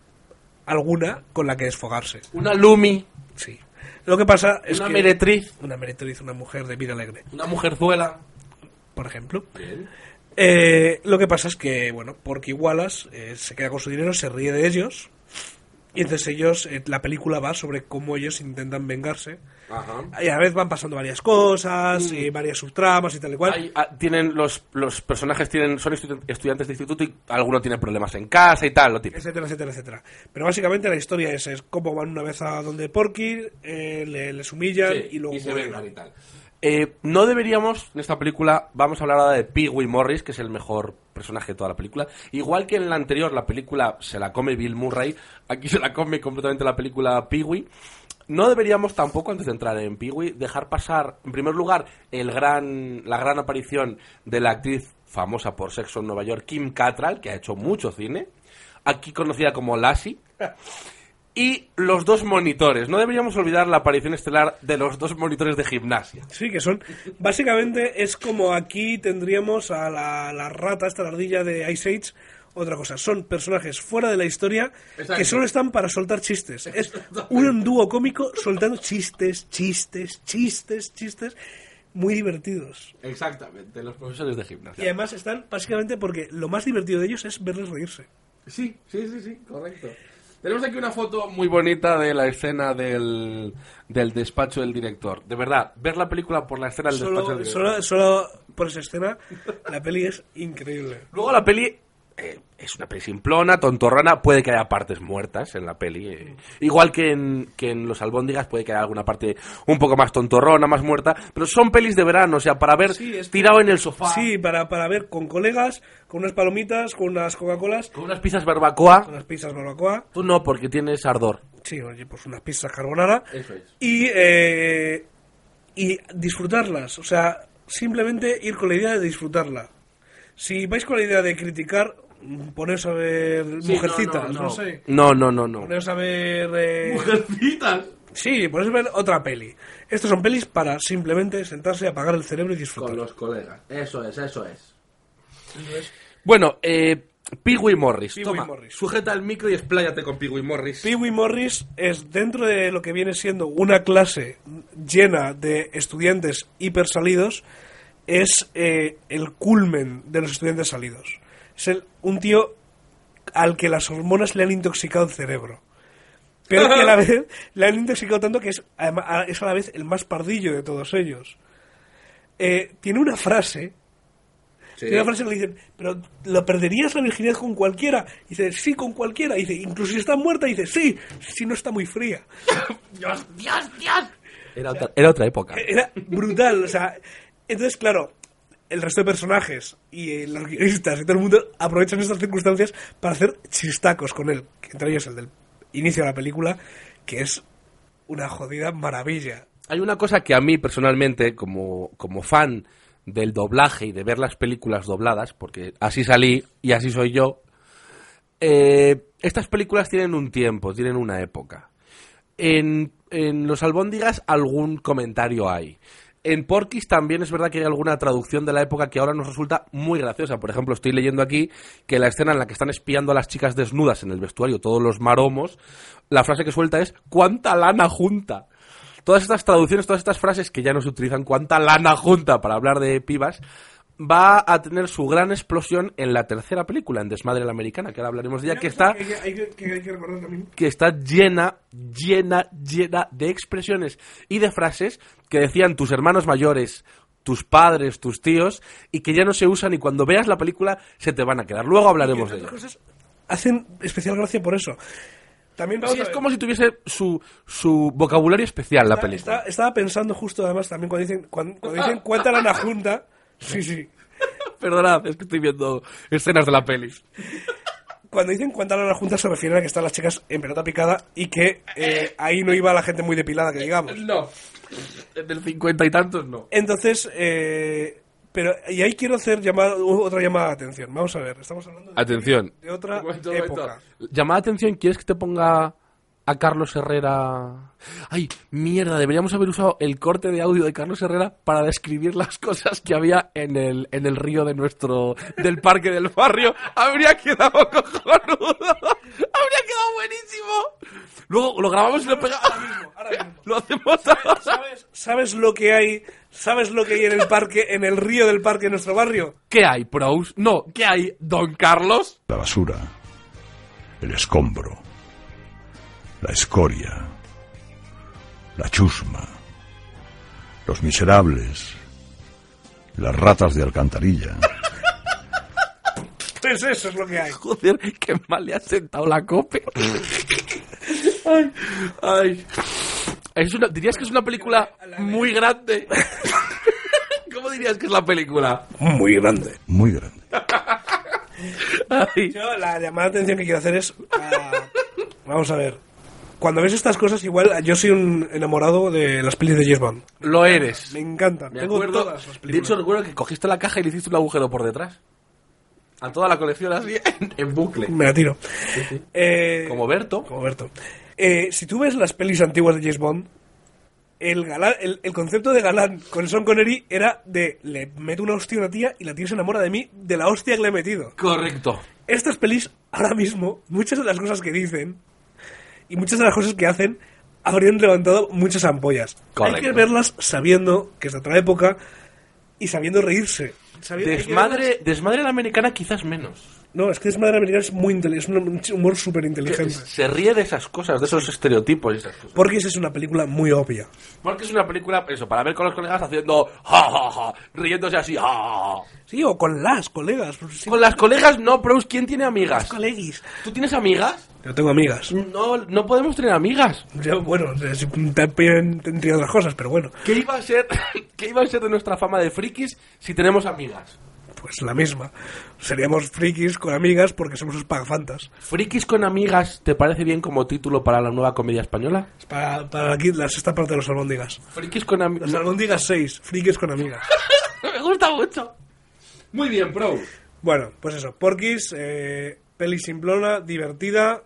[SPEAKER 3] alguna con la que desfogarse.
[SPEAKER 2] [LAUGHS] Una Lumi,
[SPEAKER 3] Sí. Lo que pasa es
[SPEAKER 2] una
[SPEAKER 3] que...
[SPEAKER 2] meretriz,
[SPEAKER 3] Una meretriz, una mujer de vida alegre,
[SPEAKER 2] una mujerzuela.
[SPEAKER 3] por ejemplo. Eh, lo que pasa es que, bueno, porque Wallace eh, se queda con su dinero, se ríe de ellos. Y entonces ellos, eh, la película va sobre cómo ellos intentan vengarse.
[SPEAKER 2] Ajá.
[SPEAKER 3] Y a la vez van pasando varias cosas, y varias subtramas y tal y cual.
[SPEAKER 2] Mm. Hay- ah, tienen los, los personajes tienen son estu- estudiantes de instituto y alguno tiene problemas en casa y tal, lo típico.
[SPEAKER 3] etcétera, etcétera, etcétera. Pero básicamente la historia es, es cómo van una vez a donde Porky, eh, le- les humillan y luego... vuelven.
[SPEAKER 2] tal. Eh, no deberíamos, en esta película, vamos a hablar ahora de Pee-wee Morris, que es el mejor personaje de toda la película. Igual que en la anterior, la película se la come Bill Murray, aquí se la come completamente la película Pee-wee. No deberíamos tampoco, antes de entrar en Pee-wee, dejar pasar, en primer lugar, el gran, la gran aparición de la actriz famosa por sexo en Nueva York, Kim Cattrall, que ha hecho mucho cine, aquí conocida como Lassie y los dos monitores. No deberíamos olvidar la aparición estelar de los dos monitores de gimnasia.
[SPEAKER 3] Sí, que son... Básicamente es como aquí tendríamos a la, la rata, esta la ardilla de Ice Age, otra cosa. Son personajes fuera de la historia
[SPEAKER 2] Exacto.
[SPEAKER 3] que solo están para soltar chistes. Es un dúo cómico soltando chistes, chistes, chistes, chistes muy divertidos.
[SPEAKER 2] Exactamente, los profesores de
[SPEAKER 3] Y
[SPEAKER 2] gimnasia.
[SPEAKER 3] además están básicamente porque lo más divertido de ellos es verles reírse.
[SPEAKER 2] Sí, sí, sí, sí, correcto. Tenemos aquí una foto muy bonita de la escena del, del despacho del director. De verdad, ver la película por la escena del despacho del
[SPEAKER 3] Solo,
[SPEAKER 2] director.
[SPEAKER 3] solo, solo por esa escena la peli es increíble.
[SPEAKER 2] Luego la peli eh, es una peli simplona, tontorrana, puede que haya partes muertas en la peli. eh. Igual que en, que en Los Albóndigas puede que haya alguna parte un poco más tontorrona, más muerta, pero son pelis de verano, o sea, para ver
[SPEAKER 3] Sí, es que-
[SPEAKER 2] tirado en el sofá.
[SPEAKER 3] Sí, para, para ver con colegas, con unas palomitas, con unas Coca-Colas,
[SPEAKER 2] Con unas pizzas barbacoa.
[SPEAKER 3] con unas pizzas barbacoa.
[SPEAKER 2] Tú no, porque tienes ardor.
[SPEAKER 3] Sí, oye, pues unas pizzas carbonara.
[SPEAKER 2] Eso es.
[SPEAKER 3] Y, eh, y disfrutarlas. O sea, simplemente ir con la idea de disfrutarla. Si vais con la idea de criticar, mm, poneos a ver mujercitas, no, sé.
[SPEAKER 2] No, no, no, no.
[SPEAKER 3] Poneos a ver. eh,
[SPEAKER 2] Mujercitas.
[SPEAKER 3] Sí, poneos a ver otra peli. Estos son pelis para simplemente sentarse, apagar el cerebro y disfrutar.
[SPEAKER 2] Con los colegas. Eso es, eso es. Bueno, eh, Pee Wee Morris.
[SPEAKER 3] Pee Wee
[SPEAKER 2] Toma,
[SPEAKER 3] Morris.
[SPEAKER 2] sujeta el micro y expláyate con Pee Wee Morris.
[SPEAKER 3] Pee Wee Morris es dentro de lo que viene siendo una clase llena de estudiantes hipersalidos, es eh, el culmen de los estudiantes salidos. Es el- un tío al que las hormonas le han intoxicado el cerebro. Pero que a la vez le han intoxicado tanto que es, además, a- es a la vez el más pardillo de todos ellos. Eh, tiene una frase
[SPEAKER 2] Sí.
[SPEAKER 3] tiene una frase que le dicen, pero ¿la perderías la virginidad con cualquiera? Y dice, sí, con cualquiera. Y dice, incluso si está muerta, Y dice, sí, si no está muy fría.
[SPEAKER 2] Era otra, era otra época.
[SPEAKER 3] Era brutal, o sea. Entonces, claro, el resto de personajes y eh, los guionistas y todo el mundo aprovechan estas circunstancias para hacer chistacos con él. que Entre ellos el del inicio de la película, que es una jodida maravilla.
[SPEAKER 2] Hay una cosa que a mí personalmente, como, como fan del doblaje y de ver las películas dobladas, porque así salí y así soy yo, eh, estas películas tienen un tiempo, tienen una época. En, en Los Albóndigas algún comentario hay. En Porky's también es verdad que hay alguna traducción de la época que ahora nos resulta muy graciosa. Por ejemplo, estoy leyendo aquí que la escena en la que están espiando a las chicas desnudas en el vestuario, todos los maromos, la frase que suelta es ¿Cuánta lana junta? Todas estas traducciones, todas estas frases que ya no se utilizan, ¿cuánta lana junta para hablar de pibas? Va a tener su gran explosión en la tercera película, en Desmadre a la Americana, que ahora hablaremos de ella, que está
[SPEAKER 3] hay, que- que hay que recordar también.
[SPEAKER 2] que está llena, llena, llena de expresiones y de frases que decían tus hermanos mayores, tus padres, tus tíos, y que ya no se usan y cuando veas la película se te van a quedar. Luego hablaremos de
[SPEAKER 3] Entre
[SPEAKER 2] ello.
[SPEAKER 3] otras cosas, hacen especial gracia por eso. También vamos
[SPEAKER 2] Sí,
[SPEAKER 3] a
[SPEAKER 2] es
[SPEAKER 3] ver.
[SPEAKER 2] como si tuviese su, su vocabulario especial la
[SPEAKER 3] Está-
[SPEAKER 2] película.
[SPEAKER 3] está- estaba pensando justo además también cuando dicen, cuando, cuando dicen cuánta lana junta. Sí, sí.
[SPEAKER 2] Perdonad, es que estoy viendo escenas de la peli.
[SPEAKER 3] Cuando dicen cuánta lana junta se refieren a que están las chicas en pelota picada y que eh, ahí no iba la gente muy depilada, que digamos.
[SPEAKER 2] No, del cincuenta y tantos no.
[SPEAKER 3] Entonces, eh, pero y ahí quiero hacer llamada- u- otra llamada de atención. Vamos a ver, estamos hablando de,
[SPEAKER 2] Atención.
[SPEAKER 3] de otra
[SPEAKER 2] Momento, momento.
[SPEAKER 3] época.
[SPEAKER 2] Llamada atención, ¿quieres que te ponga a Carlos Herrera? Ay, mierda, deberíamos haber usado el corte de audio de Carlos Herrera para describir las cosas que había en el, en el río de nuestro, del parque del barrio. Habría quedado cojonudo. [LAUGHS] Habría quedado buenísimo. Luego lo grabamos y lo pegamos. Lo hacemos ahora.
[SPEAKER 3] ¿Sabes, ¿Sabes lo que hay? ¿Sabes lo que hay en el parque, en el río del parque de nuestro barrio?
[SPEAKER 2] ¿Qué hay, pros? No, ¿qué hay, don Carlos?
[SPEAKER 1] La basura, el escombro, la escoria, la chusma, los miserables, las ratas de alcantarilla.
[SPEAKER 3] Pues eso es lo que hay.
[SPEAKER 2] Joder, qué mal le ha sentado la cope. ay, ay. Es una- dirías que es una película muy grande. [LAUGHS] ¿Cómo dirías que es la película?
[SPEAKER 3] Muy grande.
[SPEAKER 1] Muy grande.
[SPEAKER 2] Ay.
[SPEAKER 3] Yo la llamada de atención que quiero hacer es... ah, vamos a ver. Cuando ves estas cosas, igual yo soy un enamorado de las pelis de James Bond.
[SPEAKER 2] Lo eres.
[SPEAKER 3] Me encantan.
[SPEAKER 2] Me
[SPEAKER 3] Tengo
[SPEAKER 2] acuerdo-
[SPEAKER 3] todas las
[SPEAKER 2] de
[SPEAKER 3] películas.
[SPEAKER 2] hecho, recuerdo que cogiste la caja y le hiciste un agujero por detrás. A toda la colección así, en, en bucle.
[SPEAKER 3] me la tiro. Eh,
[SPEAKER 2] Como Berto.
[SPEAKER 3] como Berto. Eh, si tú ves las pelis antiguas de James Bond, el, galán, el, el concepto de galán con Sean Connery era de le meto una hostia a una tía y la tía se enamora de mí de la hostia que le he metido.
[SPEAKER 2] Correcto.
[SPEAKER 3] estas pelis, ahora mismo, muchas de las cosas que dicen y muchas de las cosas que hacen habrían levantado muchas ampollas. Hay que
[SPEAKER 2] Correcto.
[SPEAKER 3] verlas sabiendo que es de otra época y sabiendo reírse. Sabi- hay que
[SPEAKER 2] Desmadre,
[SPEAKER 3] verlas-
[SPEAKER 2] desmadre a la americana quizás menos.
[SPEAKER 3] No, es que Desmadre Americano es muy intele- es un humor súper inteligente.
[SPEAKER 2] Se ríe de esas cosas, de esos estereotipos y esas cosas.
[SPEAKER 3] Porque esa es una película muy obvia.
[SPEAKER 2] Porque es una película, eso, para ver con los colegas haciendo ja, ja, ja, riéndose así, ja, ja, ja.
[SPEAKER 3] Sí, o con las colegas. sí,
[SPEAKER 2] Con las colegas no, pros, ¿quién tiene amigas?
[SPEAKER 3] coleguis.
[SPEAKER 2] ¿Tú tienes amigas?
[SPEAKER 3] Yo tengo amigas.
[SPEAKER 2] No, no podemos tener amigas.
[SPEAKER 3] Yo, bueno, es- también tendría otras cosas, pero bueno,
[SPEAKER 2] ¿Qué iba a ser, [LAUGHS] qué iba a ser de nuestra fama de frikis si tenemos amigas?
[SPEAKER 3] pues la misma. Seríamos frikis con amigas porque somos espagafantas.
[SPEAKER 2] ¿Frikis con amigas te parece bien como título para la nueva comedia española?
[SPEAKER 3] Es Para, para aquí, la sexta parte de los albóndigas.
[SPEAKER 2] Frikis con amigas. [LAUGHS]
[SPEAKER 3] Los albóndigas 6, frikis con amigas.
[SPEAKER 2] Me gusta mucho. Muy bien, bro.
[SPEAKER 3] Bueno, pues eso, porquis, eh, peli simplona, divertida,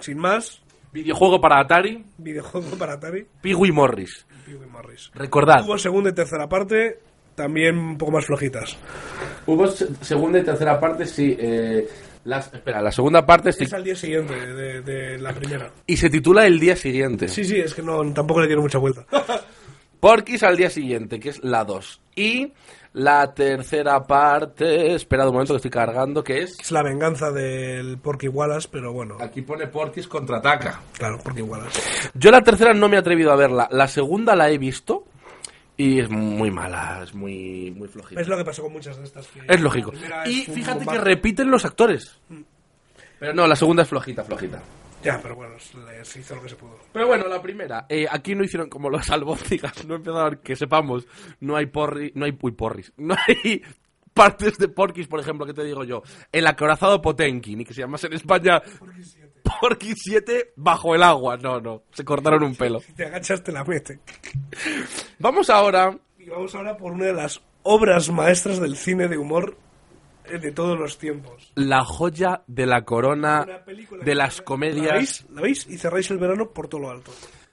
[SPEAKER 3] sin más,
[SPEAKER 2] Videojuego para Atari,
[SPEAKER 3] videojuego para Atari,
[SPEAKER 2] Piggy Morris.
[SPEAKER 3] Hugo y Morris.
[SPEAKER 2] Recordad,
[SPEAKER 3] Hubo segunda y tercera parte, también un poco más flojitas.
[SPEAKER 2] hubo se- segunda y tercera parte, sí. eh, las- espera, la segunda parte sí.
[SPEAKER 3] Es al día siguiente de, de la primera.
[SPEAKER 2] Y se titula El día siguiente.
[SPEAKER 3] Sí, sí, es que no, tampoco le dieron
[SPEAKER 2] [LAUGHS]
[SPEAKER 3] mucha vuelta.
[SPEAKER 2] Porky's al día siguiente, que es la 2. Y la tercera parte, esperad un momento que estoy cargando, que es...
[SPEAKER 3] Es la venganza del Porky Wallace, pero bueno,
[SPEAKER 2] Aquí pone Porky's contraataca.
[SPEAKER 3] claro, Porky Wallace.
[SPEAKER 2] Yo la tercera no me he atrevido a verla. La segunda la he visto y es muy mala, es muy, muy flojita.
[SPEAKER 3] Es lo que pasó con muchas de estas. que-
[SPEAKER 2] Es lógico.
[SPEAKER 3] la primera
[SPEAKER 2] Y
[SPEAKER 3] es un
[SPEAKER 2] fíjate que
[SPEAKER 3] bombazo. Mm.
[SPEAKER 2] repiten los actores. Pero no, la segunda es flojita, flojita.
[SPEAKER 3] Ya, pero bueno, se se hizo lo que se pudo.
[SPEAKER 2] Pero bueno, la primera. eh, aquí no hicieron como los [LAUGHS] albóndigas. No empezaron, que sepamos, no hay porri, no hay uy, porris. No hay [LAUGHS] partes de porquis, por ejemplo, que te digo yo. El acorazado Potenkin, y que se llamase en España Porquis 7 bajo el agua. No, no, se cortaron un pelo.
[SPEAKER 3] Si te agachas, te la mete.
[SPEAKER 2] Vamos ahora
[SPEAKER 3] Y vamos ahora por una de las obras maestras del cine de humor eh, de todos los tiempos.
[SPEAKER 2] la joya de la corona
[SPEAKER 3] Una película
[SPEAKER 2] de
[SPEAKER 3] que-
[SPEAKER 2] las
[SPEAKER 3] ¿La
[SPEAKER 2] comedias
[SPEAKER 3] veis? ¿La veis? Y cerráis el verano por todo lo alto.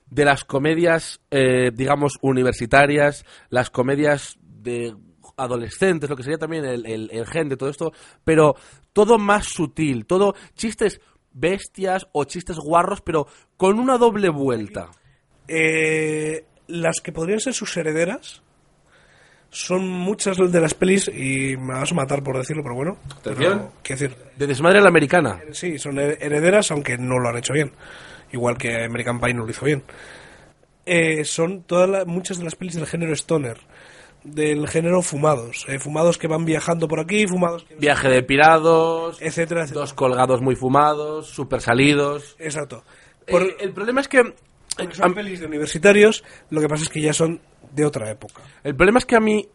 [SPEAKER 2] de las comedias eh, digamos universitarias las comedias de adolescentes lo que sería también el, el, el gen de todo esto pero todo más sutil todo chistes bestias o chistes guarros pero con una doble vuelta
[SPEAKER 3] Eh, las que podrían ser sus herederas son muchas de las pelis, y me vas a matar por decirlo, pero bueno. Pero,
[SPEAKER 2] Atención.
[SPEAKER 3] quiero decir,
[SPEAKER 2] de desmadre a la americana
[SPEAKER 3] Sí, son her- herederas, aunque no lo han hecho bien. Igual que American Pie no lo hizo bien. Eh, son todas la- muchas de las pelis del género stoner, del género fumados. eh, fumados que van viajando por aquí, fumados que...
[SPEAKER 2] viaje de pirados
[SPEAKER 3] etcétera, etcétera.
[SPEAKER 2] dos colgados muy fumados super salidos
[SPEAKER 3] Exacto. Por,
[SPEAKER 2] el problema es que
[SPEAKER 3] porque son pelis de universitarios, lo que pasa es que ya son de otra época.
[SPEAKER 2] El problema es que a mí,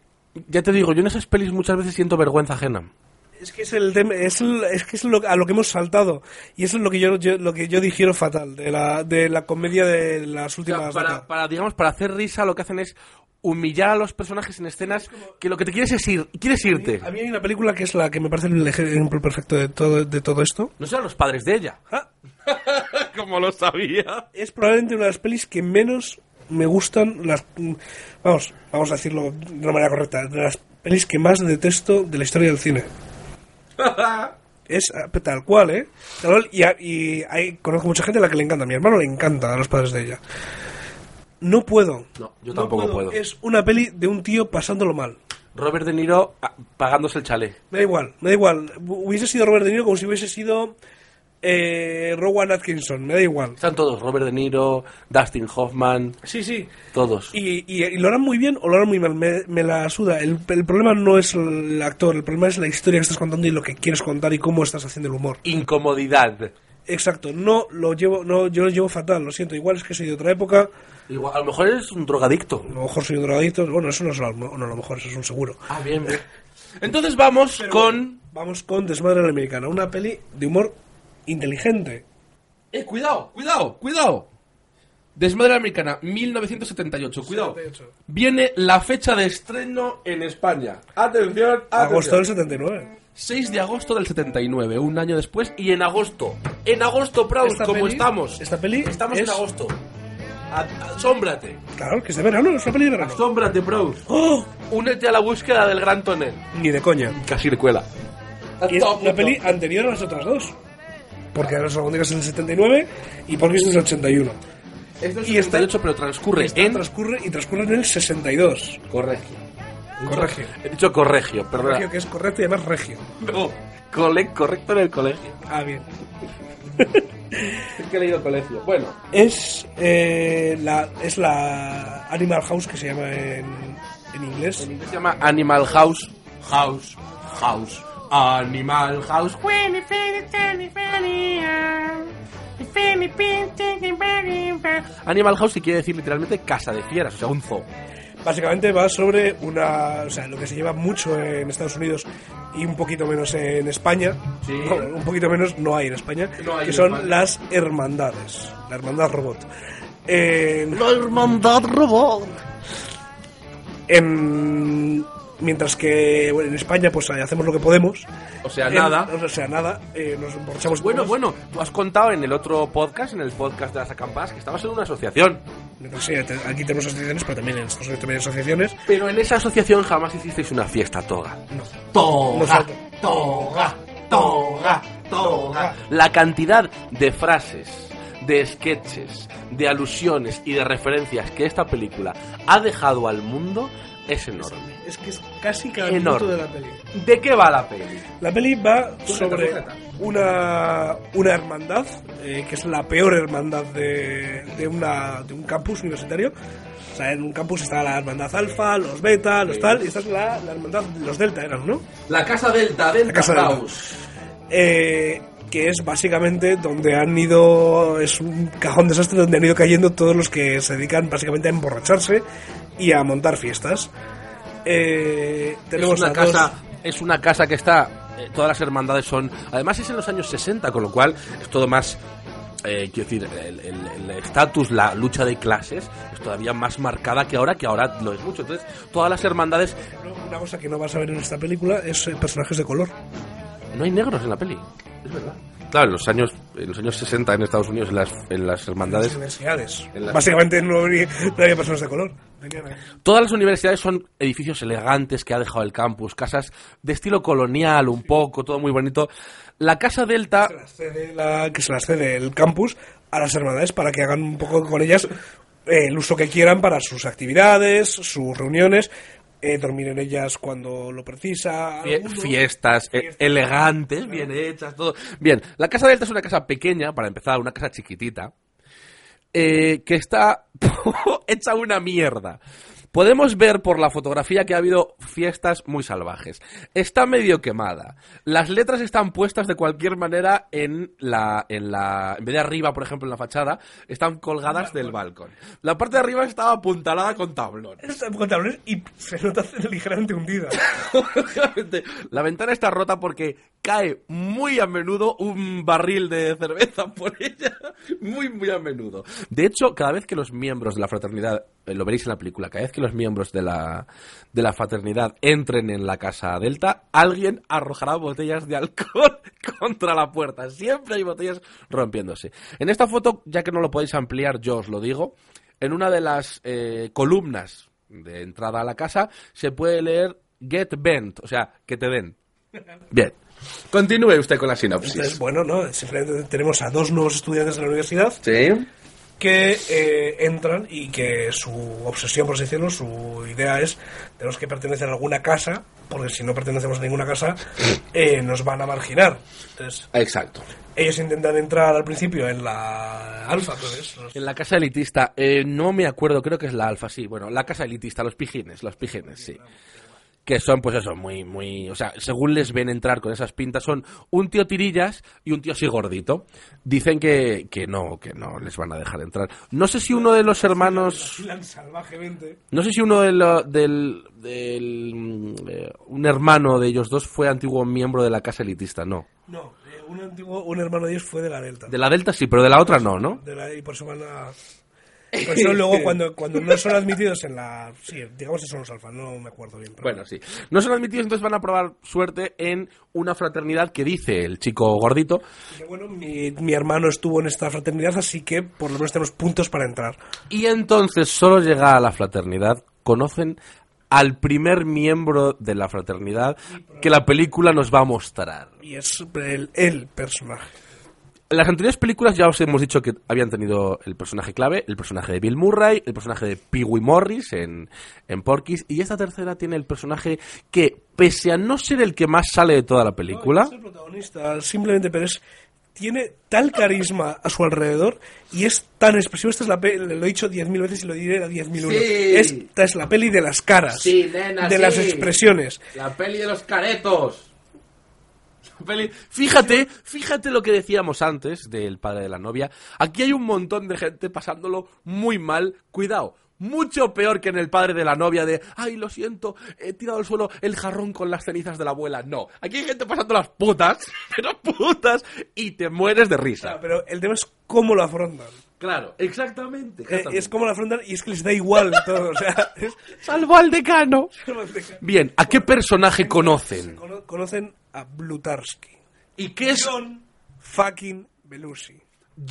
[SPEAKER 2] ya te digo, yo en esas pelis muchas veces siento vergüenza ajena.
[SPEAKER 3] Es que es, el tema- es, el- es que es lo, a lo que hemos saltado. Y eso es lo que yo, yo- lo que yo digiero fatal de la, de la comedia de las
[SPEAKER 2] O sea,
[SPEAKER 3] últimas
[SPEAKER 2] para,
[SPEAKER 3] décadas.
[SPEAKER 2] para, digamos, para hacer risa lo que hacen es humillar a los personajes en escenas que lo que te quieres es ir, quieres irte.
[SPEAKER 3] A mí hay una película que es la que me parece el ejemplo perfecto de todo, de todo esto.
[SPEAKER 2] No sean los padres de ella.
[SPEAKER 3] Ah,
[SPEAKER 2] [LAUGHS] Como lo sabía.
[SPEAKER 3] Es probablemente una de las pelis que menos me gustan las... mm, Vamos, vamos a decirlo de una manera correcta. De las pelis que más detesto de la historia del cine. Es ah, tal cual, ¿eh? Tal cual, y a- y hay- conozco mucha gente a la que le encanta. A mi hermano le encanta a los padres de ella. No puedo.
[SPEAKER 2] No, yo tampoco puedo.
[SPEAKER 3] Es una peli de un tío pasándolo mal.
[SPEAKER 2] Robert De Niro ah, pagándose el chalet.
[SPEAKER 3] Me da igual, me da igual. Hubiese sido Robert De Niro como si hubiese sido eh, Rowan Atkinson, me da igual.
[SPEAKER 2] Están todos, Robert De Niro, Dustin Hoffman,
[SPEAKER 3] Sí, sí.
[SPEAKER 2] todos.
[SPEAKER 3] Y, y- y lo harán muy bien o lo harán muy mal, me, me la suda. El, el problema no es el actor, el problema es la historia que estás contando y lo que quieres contar y cómo estás haciendo el humor.
[SPEAKER 2] Incomodidad.
[SPEAKER 3] Exacto, no lo llevo, no, yo lo llevo fatal, lo siento. Igual es que soy de otra época,
[SPEAKER 2] Igual, a lo mejor eres un drogadicto.
[SPEAKER 3] a lo mejor soy un drogadicto, bueno, eso no es lo, no, a lo mejor, eso es un seguro.
[SPEAKER 2] Ah, bien. bien. Entonces vamos con...
[SPEAKER 3] Vamos con Desmadre a la Americana, una peli de humor inteligente.
[SPEAKER 2] Eh, cuidado, cuidado, cuidado. Desmadre Americana, 1978, cuidado.
[SPEAKER 3] 78.
[SPEAKER 2] Viene la fecha de estreno en España. Atención, atención.
[SPEAKER 3] Agosto del 79.
[SPEAKER 2] 6 de agosto del 79, un año después, y en agosto. En agosto, Praus,
[SPEAKER 3] Esta
[SPEAKER 2] ¿cómo
[SPEAKER 3] peli-
[SPEAKER 2] estamos?
[SPEAKER 3] esta peli
[SPEAKER 2] Estamos
[SPEAKER 3] es-
[SPEAKER 2] en agosto. A- asómbrate,
[SPEAKER 3] Claro, que es de verano, es una peli de verano.
[SPEAKER 2] asómbrate, Praus.
[SPEAKER 3] ¡Oh!
[SPEAKER 2] Únete a la búsqueda del gran tonel.
[SPEAKER 3] Ni de coña.
[SPEAKER 2] Casi le cuela.
[SPEAKER 3] Y es una peli anterior a las otras dos. Porque Los Albóndigas es el 79 y Porque es el 81.
[SPEAKER 2] Esto es
[SPEAKER 3] Y está-
[SPEAKER 2] 78, pero transcurre
[SPEAKER 3] Esta
[SPEAKER 2] en...
[SPEAKER 3] transcurre, y transcurre en el 62.
[SPEAKER 2] Corregio.
[SPEAKER 3] Corregio.
[SPEAKER 2] He dicho corregio, perdona.
[SPEAKER 3] Corregio, que es correcto y además regio.
[SPEAKER 2] No, cole- correcto en el colegio.
[SPEAKER 3] Ah, bien.
[SPEAKER 2] Es que he leído colegio. Bueno,
[SPEAKER 3] Es, eh, la, es la Animal House que se llama en, en inglés.
[SPEAKER 2] en inglés se llama Animal House. House. House. Animal House. Animal House que quiere decir literalmente casa de fieras, o sea, un zoo.
[SPEAKER 3] Básicamente va sobre una, o sea, lo que se lleva mucho en Estados Unidos y un poquito menos en España.
[SPEAKER 2] Sí.
[SPEAKER 3] Bueno, un poquito menos no hay en España.
[SPEAKER 2] No hay
[SPEAKER 3] que
[SPEAKER 2] en
[SPEAKER 3] son
[SPEAKER 2] España.
[SPEAKER 3] las hermandades. La hermandad robot. Eh,
[SPEAKER 2] La hermandad robot.
[SPEAKER 3] en- mientras que bueno, en España pues hacemos lo que podemos.
[SPEAKER 2] O sea,
[SPEAKER 3] En-
[SPEAKER 2] nada.
[SPEAKER 3] O sea, nada. eh, nos emborrachamos.
[SPEAKER 2] Bueno,
[SPEAKER 3] todos.
[SPEAKER 2] bueno, tú has contado en el otro podcast, en el podcast de las acampadas, que estabas en una asociación.
[SPEAKER 3] No sé, te- aquí tenemos asociaciones, pero también en Estados Unidos también hay asociaciones.
[SPEAKER 2] Pero en esa asociación jamás hicisteis una fiesta toga.
[SPEAKER 3] No.
[SPEAKER 2] Toga,
[SPEAKER 3] Nosotros.
[SPEAKER 2] toga, toga, toga. La cantidad de frases, de sketches, de alusiones y de referencias que esta película ha dejado al mundo es enorme.
[SPEAKER 3] Es que es casi cada
[SPEAKER 2] Enorme.
[SPEAKER 3] minuto de la peli.
[SPEAKER 2] ¿De qué va la peli?
[SPEAKER 3] La peli va
[SPEAKER 2] Sujeta,
[SPEAKER 3] sobre
[SPEAKER 2] sujeta.
[SPEAKER 3] una, una hermandad, eh, que es la peor hermandad de, de, una, de un campus universitario. O sea, en un campus está la hermandad alfa, los beta, los tal, y esta es la, la hermandad, los delta eran, ¿no?
[SPEAKER 2] La Casa Delta, Delta
[SPEAKER 3] Casa Delta.
[SPEAKER 2] House.
[SPEAKER 3] Eh, que es básicamente donde han ido, es un cajón desastre donde han ido cayendo todos los que se dedican básicamente a emborracharse y a montar fiestas. Eh, tenemos
[SPEAKER 2] es una
[SPEAKER 3] a dos-
[SPEAKER 2] casa es una casa que está eh, todas las hermandades son además es en los años 60 con lo cual es todo más eh, quiero decir el- el el estatus la lucha de clases es todavía más marcada que ahora que ahora lo es mucho entonces todas las hermandades
[SPEAKER 3] Una cosa que no vas a ver en esta película es eh, personajes de color.
[SPEAKER 2] no hay negros en la peli es verdad claro en los años en los años 60 en Estados Unidos en las en las
[SPEAKER 3] las
[SPEAKER 2] hermandades
[SPEAKER 3] universidades.
[SPEAKER 2] En la-
[SPEAKER 3] Básicamente no habría, no había personas de color.
[SPEAKER 2] Todas las universidades son edificios elegantes que ha dejado el campus, casas de estilo colonial un poco, todo muy bonito. La Casa Delta
[SPEAKER 3] Se las cede la- que se las cede el campus a las hermandades para que hagan un poco con ellas eh, el uso que quieran para sus actividades, sus reuniones, eh, dormir en ellas cuando lo precisa.
[SPEAKER 2] Fie-
[SPEAKER 3] alguno.
[SPEAKER 2] fiestas eh,
[SPEAKER 3] Fiestas.
[SPEAKER 2] elegantes, bien hechas, todo. Bien, la Casa Delta es una casa pequeña, para empezar, una casa chiquitita, eh, que está [LAUGHS] hecha una mierda. Podemos ver por la fotografía que ha habido fiestas muy salvajes. Está medio quemada. Las letras están puestas de cualquier manera en la, en la, en vez de arriba, por ejemplo, en la fachada, están colgadas del balcón. La parte de arriba estaba apuntalada con tablón.
[SPEAKER 3] Están con tablones y se nota [LAUGHS] ligeramente hundida.
[SPEAKER 2] Obviamente, la ventana está rota porque cae muy a menudo un barril de cerveza por ella. Muy, muy a menudo. De hecho, cada vez que los miembros de la fraternidad, eh, lo veréis en la película, cada vez que los miembros de la, de la fraternidad entren en la casa Delta, alguien arrojará botellas de alcohol [LAUGHS] contra la puerta. Siempre hay botellas rompiéndose. En esta foto, ya que no lo podéis ampliar, yo os lo digo. En una de las eh, columnas de entrada a la casa, se puede leer Get Bent, o sea, que te den. Bien. Continúe usted con la
[SPEAKER 3] Entonces,
[SPEAKER 2] sinopsis.
[SPEAKER 3] bueno, ¿no? Simplemente tenemos a dos nuevos estudiantes de la universidad
[SPEAKER 2] Sí.
[SPEAKER 3] que eh, entran y que su obsesión, por así decirlo, su idea es tenemos que pertenecer a alguna casa, porque si no pertenecemos a
[SPEAKER 2] [LAUGHS]
[SPEAKER 3] ninguna casa, eh, nos van a marginar. Entonces,
[SPEAKER 2] Exacto.
[SPEAKER 3] ellos intentan entrar al principio en la alfa, pues, los-
[SPEAKER 2] En la casa elitista, eh, no me acuerdo, creo que es la alfa, sí. Bueno, la casa elitista, los pijines, los pijines, sí. Que son, pues eso, muy, muy. O sea, según les ven entrar con esas pintas, son un tío tirillas y un tío así gordito. Dicen que, que no, que no les van a dejar entrar. No sé si uno de los hermanos.
[SPEAKER 3] Filan salvajemente.
[SPEAKER 2] No sé si uno de lo- del, del, mm, eh, un hermano de ellos dos fue antiguo miembro de la casa elitista, no.
[SPEAKER 3] No, eh, un antiguo, un hermano de ellos fue de la Delta.
[SPEAKER 2] De la Delta sí, pero de la otra no, ¿no?
[SPEAKER 3] De la- y por eso van a... Por eso luego cuando, cuando no son admitidos en la... Sí, digamos que son los alfa, no me acuerdo bien. pero-
[SPEAKER 2] Bueno, sí. No son admitidos, entonces van a probar suerte en una fraternidad que dice el chico gordito.
[SPEAKER 3] Que, Bueno, mi, mi hermano estuvo en esta fraternidad, así que por lo menos tenemos puntos para entrar.
[SPEAKER 2] Y entonces solo llega a la fraternidad, conocen al primer miembro de la fraternidad que la película nos va a mostrar.
[SPEAKER 3] Y es el, el personaje.
[SPEAKER 2] En las anteriores películas ya os hemos dicho que habían tenido el personaje clave, el personaje de Bill Murray, el personaje de Pee Wee Morris en, en Porky's, y esta tercera tiene el personaje que, pese a no ser el que más sale de toda la película,
[SPEAKER 3] Es el protagonista, simplemente, pero es. Tiene tal carisma a su alrededor y es tan expresivo. Esta es la peli, lo he dicho 10.000 veces y lo diré a 10.000 uno.
[SPEAKER 2] Sí.
[SPEAKER 3] Esta es la peli de las caras,
[SPEAKER 2] Sí, nena,
[SPEAKER 3] de
[SPEAKER 2] sí.
[SPEAKER 3] las expresiones.
[SPEAKER 2] La peli de los caretos. La peli- Fíjate, fíjate lo que decíamos antes del padre de la novia. Aquí hay un montón de gente pasándolo muy mal. Cuidado. Mucho peor que en el padre de la novia de, ay, lo siento, he tirado al suelo el jarrón con las cenizas de la abuela. No, aquí hay gente pasando las putas, [LAUGHS] pero putas, y te mueres de
[SPEAKER 3] Ah,
[SPEAKER 2] risa.
[SPEAKER 3] pero el tema es cómo lo afrontan.
[SPEAKER 2] Claro, exactamente.
[SPEAKER 3] Eh,
[SPEAKER 2] exactamente.
[SPEAKER 3] es cómo lo afrontan y es que les da igual todo. O sea, [LAUGHS] es-
[SPEAKER 2] Salvo al decano. Bien, ¿a qué personaje conocen?
[SPEAKER 3] Cono- Conocen a Blutarsky.
[SPEAKER 2] ¿Y qué es
[SPEAKER 3] John fucking Belushi.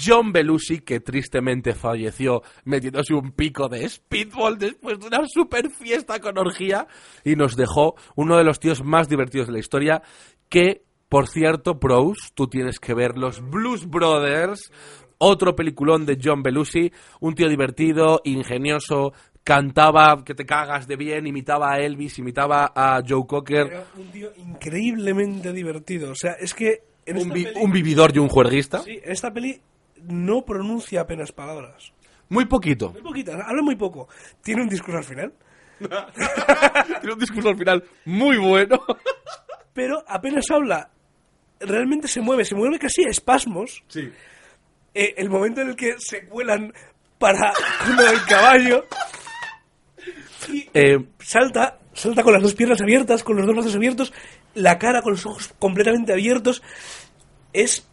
[SPEAKER 2] John Belushi, que tristemente falleció metiéndose un pico de speedball después de una super fiesta con orgía y nos dejó uno de los tíos más divertidos de la historia que, por cierto, pros, tú tienes que ver los Blues Brothers, otro peliculón de John Belushi, un tío divertido, ingenioso, cantaba que te cagas de bien, imitaba a Elvis, imitaba a Joe Cocker,
[SPEAKER 3] Era un tío increíblemente divertido. O sea, es que en
[SPEAKER 2] un,
[SPEAKER 3] esta,
[SPEAKER 2] vi-
[SPEAKER 3] peli,
[SPEAKER 2] un vividor y un juerguista.
[SPEAKER 3] sí, en esta peli no pronuncia apenas palabras.
[SPEAKER 2] Muy poquito.
[SPEAKER 3] Muy poquitas, habla muy poco. Tiene un discurso al final,
[SPEAKER 2] Tiene un discurso al final muy bueno.
[SPEAKER 3] pero apenas habla. Realmente se mueve, se mueve casi a espasmos.
[SPEAKER 2] Sí.
[SPEAKER 3] Eh, el momento en el que se cuelan para [LAUGHS] con lo del caballo. Y
[SPEAKER 2] Eh,
[SPEAKER 3] salta, salta con las dos piernas abiertas, con los dos brazos abiertos, la cara con los ojos completamente abiertos. Es,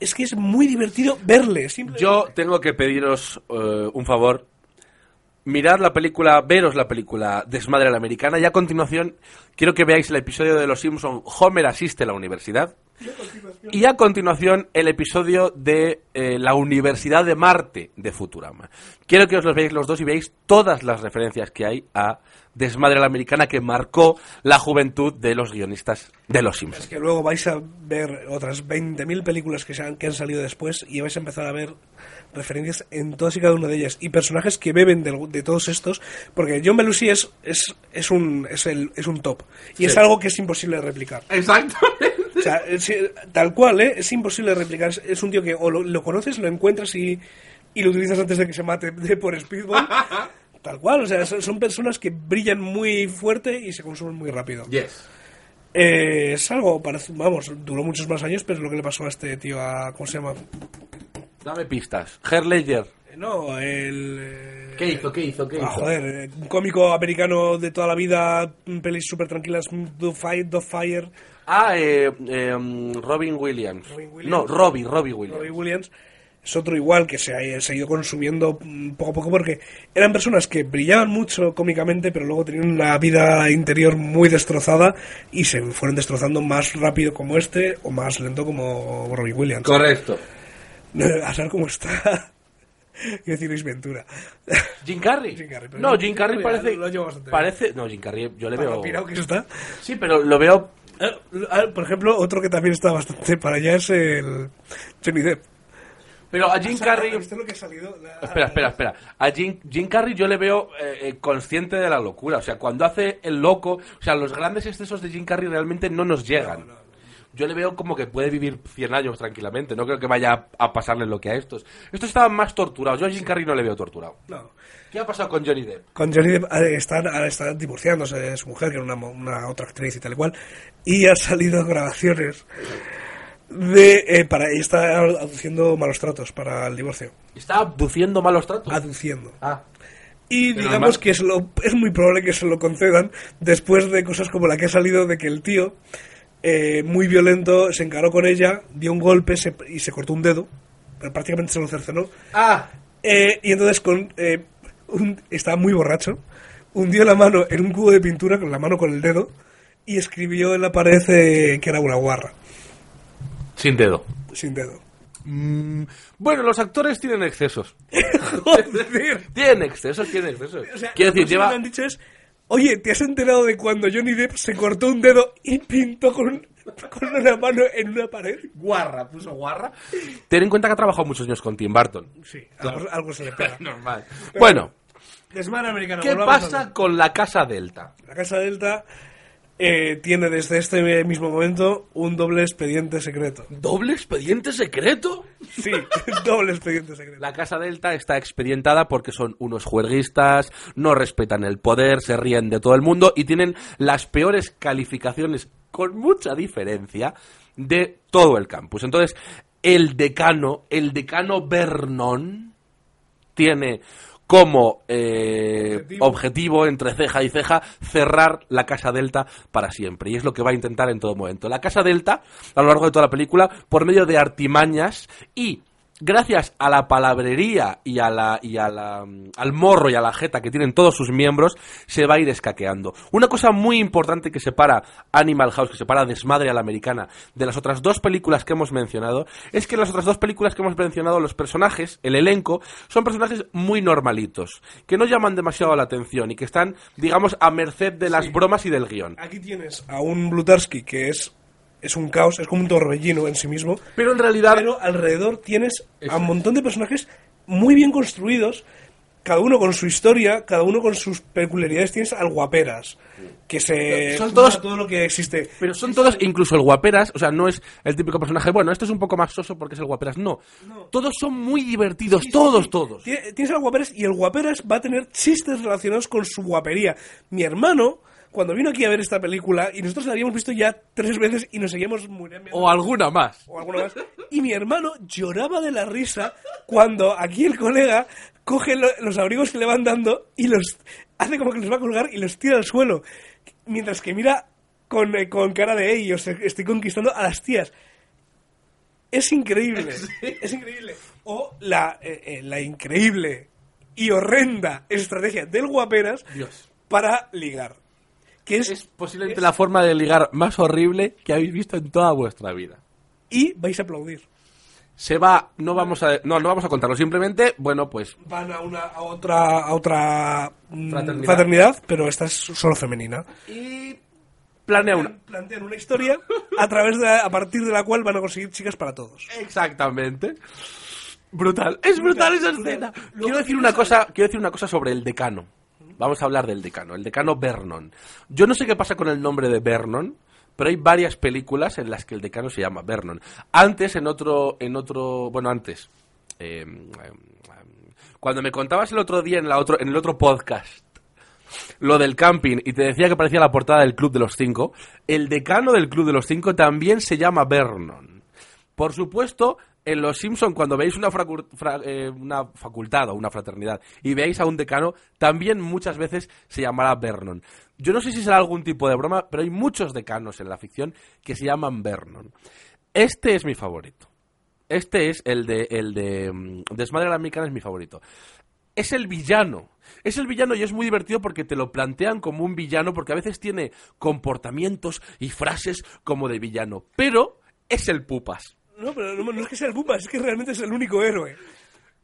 [SPEAKER 3] es que es muy divertido verle. simplemente.
[SPEAKER 2] yo tengo que pediros eh, un favor. Mirad la película, veros la película Desmadre a la Americana. Y a continuación, quiero que veáis el episodio de Los Simpson Homer asiste a la universidad. Y a continuación, el episodio de eh, La Universidad de Marte de Futurama. Quiero que os los veáis los dos y veáis todas las referencias que hay a Desmadre a la Americana que marcó la juventud de los guionistas de Los Simpsons.
[SPEAKER 3] Es que luego vais a ver otras 20.000 películas que, se han, que han salido después y vais a empezar a ver referencias en todas y cada una de ellas y personajes que beben del- de, todos estos porque John Belushi es, es, es, un, es, el, es un top y es algo que es imposible de replicar.
[SPEAKER 2] Exactamente.
[SPEAKER 3] O sea, es, eh, tal cual, ¿eh? Es imposible de replicar. Es, es un tío que o lo, lo conoces, lo encuentras y, y lo utilizas antes de que se mate de- por speedball. tal cual, o sea, son, son personas que brillan muy fuerte y se consumen muy rápido.
[SPEAKER 2] Yes.
[SPEAKER 3] Eh, es algo, parece, vamos, duró muchos más años, pero es lo que le pasó a este tío, a, ¿cómo se llama?
[SPEAKER 2] Dame pistas. Heath Ledger.
[SPEAKER 3] Eh, No, el... eh,
[SPEAKER 2] ¿Qué hizo? ¿Qué hizo? ¿Qué
[SPEAKER 3] Ah,
[SPEAKER 2] hizo?
[SPEAKER 3] joder, eh, un cómico americano de toda la vida, mm, pelis súper tranquilas, mm, Do Fire, Do Fire,
[SPEAKER 2] Ah, eh, eh, mm, Robin, Williams.
[SPEAKER 3] Robin Williams.
[SPEAKER 2] No, Robbie, Robbie Williams.
[SPEAKER 3] Robbie Williams es otro igual que se ha, se ha ido consumiendo mm, poco a poco porque eran personas que brillaban mucho cómicamente pero luego tenían una vida interior muy destrozada y se fueron destrozando más rápido como este o más lento como Robbie Williams.
[SPEAKER 2] Correcto.
[SPEAKER 3] [LAUGHS] a saber cómo está. [LAUGHS] Quiero decir
[SPEAKER 2] [LAUGHS]
[SPEAKER 3] Luis Ventura.
[SPEAKER 2] Jim Carrey.
[SPEAKER 3] Jim Carrey, pero
[SPEAKER 2] no,
[SPEAKER 3] Jim
[SPEAKER 2] Jim Carrey
[SPEAKER 3] Carrey
[SPEAKER 2] parece.
[SPEAKER 3] lo- lo lleva bastante
[SPEAKER 2] parece. No, Jim Carrey, yo le
[SPEAKER 3] Para [LAUGHS] lo
[SPEAKER 2] veo.
[SPEAKER 3] pirado que está.
[SPEAKER 2] Sí, pero lo veo. eh,
[SPEAKER 3] Ah, ah, Por ejemplo, otro que también está bastante para allá es el Johnny Depp.
[SPEAKER 2] Pero
[SPEAKER 3] [LAUGHS]
[SPEAKER 2] a Jim Carrey.
[SPEAKER 3] ¿Viste lo que ha salido? La-
[SPEAKER 2] Espera, espera, espera. A Jim, Jim Carrey yo le veo eh, eh, consciente de la locura. O sea, cuando hace el loco, o sea, los grandes excesos de Jim Carrey realmente no nos llegan. Yo le veo como que puede vivir 100 años tranquilamente. No creo que vaya a a pasarle lo que a estos. Estos estaban más torturados. Yo a Jim Carrey no le veo torturado.
[SPEAKER 3] No.
[SPEAKER 2] ¿Qué ha pasado con Johnny Depp?
[SPEAKER 3] con Johnny Depp eh, están, ahora está divorciándose de su mujer, que era una, mo- una otra actriz y tal y cual, y ha salido grabaciones de eh, para y está aduciendo malos tratos para el divorcio,
[SPEAKER 2] Está abduciendo malos tratos.
[SPEAKER 3] aduciendo.
[SPEAKER 2] ah.
[SPEAKER 3] Y
[SPEAKER 2] Pero
[SPEAKER 3] digamos
[SPEAKER 2] además-
[SPEAKER 3] que es, lo, es muy probable que se lo concedan después de cosas como la que ha salido de que el tío, eh, muy violento, se encaró con ella, dio un golpe se- y se cortó un dedo, pero prácticamente se lo cercenó.
[SPEAKER 2] Ah.
[SPEAKER 3] Eh, y entonces con, eh, un- estaba muy borracho, hundió la mano en un cubo de pintura con la mano con el dedo y escribió en la pared eh, que era una guarra,
[SPEAKER 2] Sin dedo.
[SPEAKER 3] sin dedo.
[SPEAKER 2] Mm, Bueno, los actores tienen [LAUGHS] excesos.
[SPEAKER 3] Joder.
[SPEAKER 2] tienen excesos, tienen excesos.
[SPEAKER 3] O sea,
[SPEAKER 2] Quiero decir,
[SPEAKER 3] lo que me
[SPEAKER 2] lleva...
[SPEAKER 3] han dicho es Oye, ¿te has enterado de cuando Johnny Depp se cortó un dedo y pintó con, con una mano en una pared?
[SPEAKER 2] Guarra, puso guarra. Ten en cuenta que ha trabajado muchos años con Tim Burton.
[SPEAKER 3] Sí, algo, algo se
[SPEAKER 2] [LAUGHS]
[SPEAKER 3] le pega.
[SPEAKER 2] Normal. Bueno,
[SPEAKER 3] Desmana americana.
[SPEAKER 2] ¿qué
[SPEAKER 3] volvamos a-
[SPEAKER 2] pasa con la Casa Delta?
[SPEAKER 3] La Casa Delta eh, tiene desde este mismo momento un doble expediente secreto.
[SPEAKER 2] ¿Doble expediente secreto?
[SPEAKER 3] Sí, [LAUGHS] doble expediente secreto.
[SPEAKER 2] La Casa Delta está expedientada porque son unos juerguistas, no respetan el poder, se ríen de todo el mundo y tienen las peores calificaciones, con mucha diferencia, de todo el campus. Entonces, el decano, el decano Vernon, tiene como eh, objetivo.
[SPEAKER 3] Objetivo.
[SPEAKER 2] entre ceja y ceja cerrar la Casa Delta para siempre. Y es lo que va a intentar en todo momento. La Casa Delta, a lo largo de toda la película, por medio de artimañas y gracias a la palabrería y, a la, y a la, mm, al morro y a la jeta que tienen todos sus miembros, se va a ir escaqueando. Una cosa muy importante que separa Animal House, que separa Desmadre a la Americana de las otras dos películas que hemos mencionado, es que en las otras dos películas que hemos mencionado, los personajes, el elenco, son personajes muy normalitos, que no llaman demasiado la atención y que están, digamos, a merced de las bromas y del guión.
[SPEAKER 3] Aquí tienes a un Blutarsky que es, es un caos, es como un torbellino en sí mismo.
[SPEAKER 2] Pero en realidad,
[SPEAKER 3] Pero alrededor tienes
[SPEAKER 2] Eso
[SPEAKER 3] a un montón de personajes muy bien construidos, cada uno con su historia, cada uno con sus peculiaridades. Tienes al guaperas, que se.
[SPEAKER 2] Son todos-
[SPEAKER 3] junta todo lo que existe.
[SPEAKER 2] Pero son todos, incluso el guaperas, o sea, no es el típico personaje, bueno, este es un poco más soso porque es el guaperas, no. Todos son muy divertidos, todos, todos.
[SPEAKER 3] Tie- Tienes al guaperas y el guaperas va a tener chistes relacionados con su guapería. Mi hermano, cuando vino aquí a ver esta película, y nosotros la habíamos visto ya tres veces y nos seguíamos muriendo.
[SPEAKER 2] O alguna más.
[SPEAKER 3] o alguna más. Y mi hermano lloraba de la risa cuando aquí el colega coge lo- los abrigos que le van dando y los hace como que los va a colgar y los tira al suelo. Mientras que mira con, eh, con cara de ellos, estoy conquistando a las tías.
[SPEAKER 2] [LAUGHS]
[SPEAKER 3] Es increíble, es increíble. O la, eh, eh, la increíble y horrenda estrategia del guaperas
[SPEAKER 2] Dios.
[SPEAKER 3] para ligar. Que es,
[SPEAKER 2] Es posiblemente la forma de ligar más horrible que habéis visto en toda vuestra vida.
[SPEAKER 3] Y vais a aplaudir.
[SPEAKER 2] Se va, no vamos a, no, no vamos a contarlo, simplemente, bueno, pues
[SPEAKER 3] van a una a otra a otra mm,
[SPEAKER 2] Fraternidad.
[SPEAKER 3] fraternidad, pero esta es solo femenina.
[SPEAKER 2] y planea un...
[SPEAKER 3] Plantean una historia a través de la- a partir de la cual van a conseguir chicas para todos.
[SPEAKER 2] Exactamente. Brutal, es brutal esa escena. Quiero decir una cosa, quiero decir una cosa sobre el decano. Vamos a hablar del decano, el decano Vernon. Yo no sé qué pasa con el nombre de Vernon, pero hay varias películas en las que el decano se llama Vernon. Antes en otro en otro, bueno, antes eh, cuando me contabas el otro día en la otro en el otro podcast lo del camping y te decía que parecía la portada del Club de los Cinco, el decano del Club de los Cinco también se llama Vernon. Por supuesto, en Los Simpson cuando veis una, fracu- fra- eh, una facultad o una fraternidad y veis a un decano, también muchas veces se llamará Vernon. Yo no sé si será algún tipo de broma, pero hay muchos decanos en la ficción que se llaman Vernon. Este es mi favorito. Este es el de, el de mm, Desmadre a la Americana es mi favorito es el villano. Es el villano y es muy divertido porque te lo plantean como un villano porque a veces tiene comportamientos y frases como de villano. Pero es el pupas.
[SPEAKER 3] No, pero no, no es que sea el Pumba, es que realmente es el único héroe.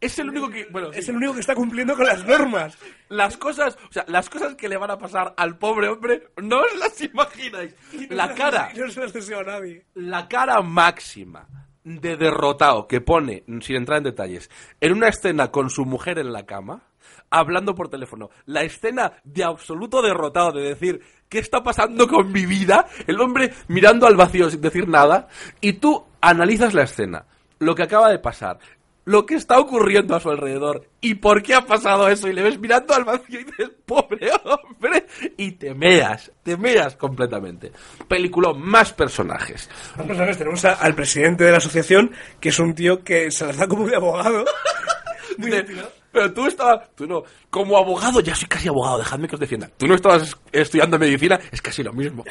[SPEAKER 2] Es el único que... Bueno, sí.
[SPEAKER 3] Es el único que está cumpliendo con las normas.
[SPEAKER 2] las cosas, o sea, las cosas que le van a pasar al pobre hombre, no os las
[SPEAKER 3] [LAUGHS]
[SPEAKER 2] imagináis.
[SPEAKER 3] Y no
[SPEAKER 2] La
[SPEAKER 3] se-
[SPEAKER 2] cara,
[SPEAKER 3] y No se las deseo a nadie.
[SPEAKER 2] la cara máxima de derrotado que pone, sin entrar en detalles, en una escena con su mujer en la cama, hablando por teléfono. La escena de absoluto derrotado, de decir, ¿qué está pasando con mi vida? El hombre mirando al vacío sin decir nada, y tú analizas la escena, lo que acaba de pasar. Lo que está ocurriendo a su alrededor y por qué ha pasado eso, y le ves mirando al vacío y dices, pobre hombre, y te meas, te meas completamente. Película más personajes.
[SPEAKER 3] Las personas tenemos a- al presidente de la asociación, que es un tío que se las da como
[SPEAKER 2] [LAUGHS]
[SPEAKER 3] de abogado. Muy
[SPEAKER 2] Dice,
[SPEAKER 3] bien, ¿no?
[SPEAKER 2] [LAUGHS] pero tú estabas, tú no, como abogado, ya soy casi abogado, dejadme que os defienda. Tú no estabas es- estudiando medicina, es casi lo
[SPEAKER 3] [LAUGHS]
[SPEAKER 2] mismo.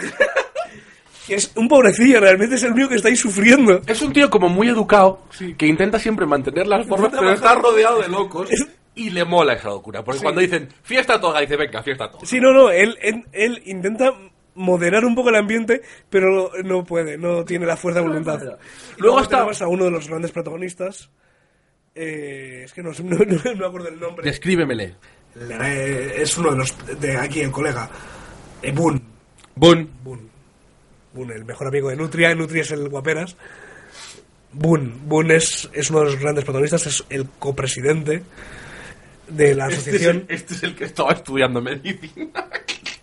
[SPEAKER 3] Que es un pobrecillo, realmente es el único que está ahí sufriendo.
[SPEAKER 2] Es un tío como muy educado, que intenta siempre mantener las formas, pero está rodeado de locos. Y le mola esa locura, porque cuando dicen fiesta toga, dice venga, fiesta toga.
[SPEAKER 3] Sí, no, no, él, él, él intenta moderar un poco el ambiente, pero no puede, no tiene la fuerza de voluntad.
[SPEAKER 2] Claro.
[SPEAKER 3] Y luego
[SPEAKER 2] Luego está-
[SPEAKER 3] tenemos a uno de los [LAUGHS] grandes protagonistas, eh, es que no, sé- no, no- no me acuerdo el nombre,
[SPEAKER 2] Descríbemele.
[SPEAKER 3] Le- Eh, es uno de los de aquí, el colega. Eh, Boone.
[SPEAKER 2] Boom.
[SPEAKER 3] Boone. Boone, el mejor amigo de Nutria. Nutria es el guaperas. Boone. Boone es, es uno de los grandes protagonistas, es el copresidente de la
[SPEAKER 2] Este es, el,
[SPEAKER 3] asociación.
[SPEAKER 2] este es el que estaba estudiando medicina.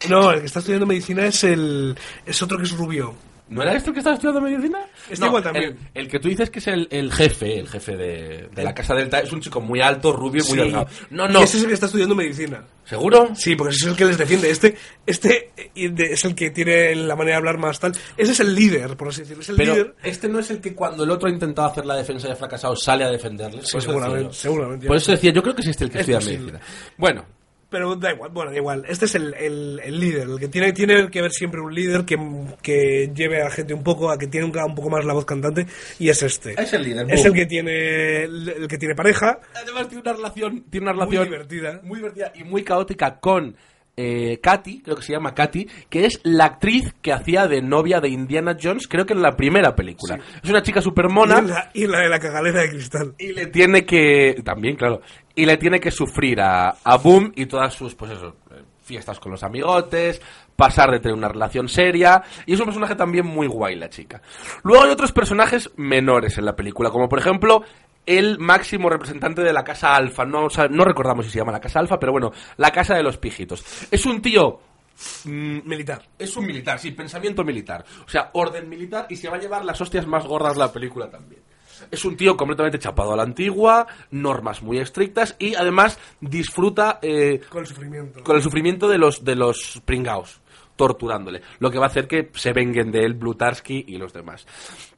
[SPEAKER 3] No, el que está estudiando medicina es el es otro que es rubio.
[SPEAKER 2] ¿No era este el que estaba estudiando medicina?
[SPEAKER 3] Este
[SPEAKER 2] No,
[SPEAKER 3] igual también.
[SPEAKER 2] El, el que tú dices que es el, el jefe, el jefe de, de la Casa Delta, es un chico muy alto, rubio, y muy
[SPEAKER 3] Sí.
[SPEAKER 2] delgado. No, no.
[SPEAKER 3] Y Este es el que está estudiando medicina.
[SPEAKER 2] ¿Seguro?
[SPEAKER 3] Sí, porque ese es el que les defiende. Este, este eh, y de- es el que tiene la manera de hablar más tal. Ese es el líder, por así decirlo. Es el
[SPEAKER 2] Pero
[SPEAKER 3] líder.
[SPEAKER 2] este no es el que cuando el otro ha intentado hacer la defensa y ha fracasado sale a defenderles.
[SPEAKER 3] Sí,
[SPEAKER 2] por eso
[SPEAKER 3] seguramente,
[SPEAKER 2] decía yo.
[SPEAKER 3] seguramente.
[SPEAKER 2] Por eso decía, yo creo que es este el que
[SPEAKER 3] Es
[SPEAKER 2] estudia
[SPEAKER 3] posible.
[SPEAKER 2] medicina. Bueno,
[SPEAKER 3] Pero da igual, bueno, da igual. Este es el, el- el líder, el que tiene, tiene que haber siempre un líder que, que lleve a la gente un poco, a que tiene un, un poco más la voz cantante, y es este.
[SPEAKER 2] es el líder.
[SPEAKER 3] Es
[SPEAKER 2] boom.
[SPEAKER 3] el que tiene el, el que tiene pareja.
[SPEAKER 2] Además tiene una relación, tiene una
[SPEAKER 3] Muy
[SPEAKER 2] relación
[SPEAKER 3] divertida.
[SPEAKER 2] muy divertida y muy caótica con eh, Katy, creo que se llama Katy, que es la actriz que hacía de novia de Indiana Jones, creo que en la primera película. Es una chica súper
[SPEAKER 3] Y
[SPEAKER 2] mona
[SPEAKER 3] la, y la de la cagalera de cristal.
[SPEAKER 2] y le tiene que también, claro, y le tiene que sufrir a, a Boom y todas sus pues eso, eh, fiestas con los amigotes, pasar de tener una relación seria y es un personaje también muy guay la chica. Luego hay otros personajes menores en la película, como por ejemplo el máximo representante de la casa alfa, no, sa- no recordamos si se llama la casa alfa, pero bueno, la casa de los pijitos. Es un tío
[SPEAKER 3] Mm, Militar.
[SPEAKER 2] es un militar, sí, pensamiento militar. O sea, orden militar y se va a llevar las hostias más gordas de la película también. Es un tío completamente chapado a la antigua, normas muy estrictas y además disfruta eh,
[SPEAKER 3] Con el sufrimiento.
[SPEAKER 2] con el sufrimiento de los, de los pringaos, torturándole. Lo que va a hacer que se venguen de él Blutarsky y los demás.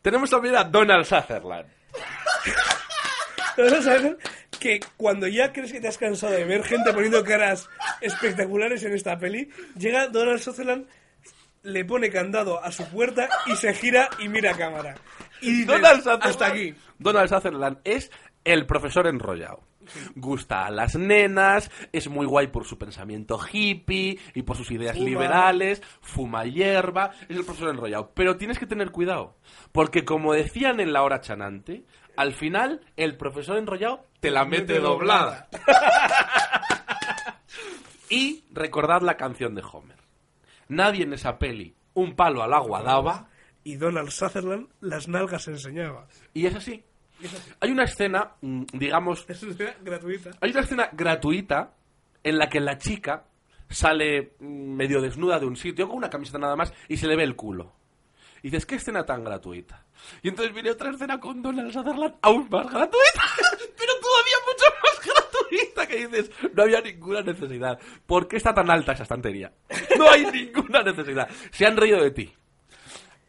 [SPEAKER 2] Tenemos también a Donald Sutherland.
[SPEAKER 3] Te vas a saber que cuando ya crees que te has cansado de ver gente poniendo caras espectaculares en esta peli, llega Donald Sutherland, le pone candado a su puerta y se gira y mira a cámara. Y dices,
[SPEAKER 2] Donald Sutherland.
[SPEAKER 3] hasta aquí.
[SPEAKER 2] Donald Sutherland es el profesor enrollado. Gusta a las nenas, es muy guay por su pensamiento hippie y por sus ideas
[SPEAKER 3] Fuma.
[SPEAKER 2] liberales, fuma hierba, es el profesor enrollado. Pero tienes que tener cuidado, porque como decían en la hora chanante, al final el profesor enrollado te la mete doblada. Y recordad la canción de Homer. Nadie en esa peli un palo al agua daba.
[SPEAKER 3] Y Donald Sutherland las nalgas enseñaba.
[SPEAKER 2] Y es así. Hay una escena, mm, digamos,
[SPEAKER 3] Eso era gratuita.
[SPEAKER 2] hay una escena gratuita en la que la chica sale mm, medio desnuda de un sitio con una camiseta nada más y se le ve el culo. Y dices, ¿qué escena tan gratuita? Y entonces viene otra escena con Donald Sutherland aún más gratuita, [LAUGHS] pero todavía mucho más gratuita, que dices, no había ninguna necesidad. ¿Por qué está tan alta esa estantería? No hay ninguna necesidad. Se han reído de ti.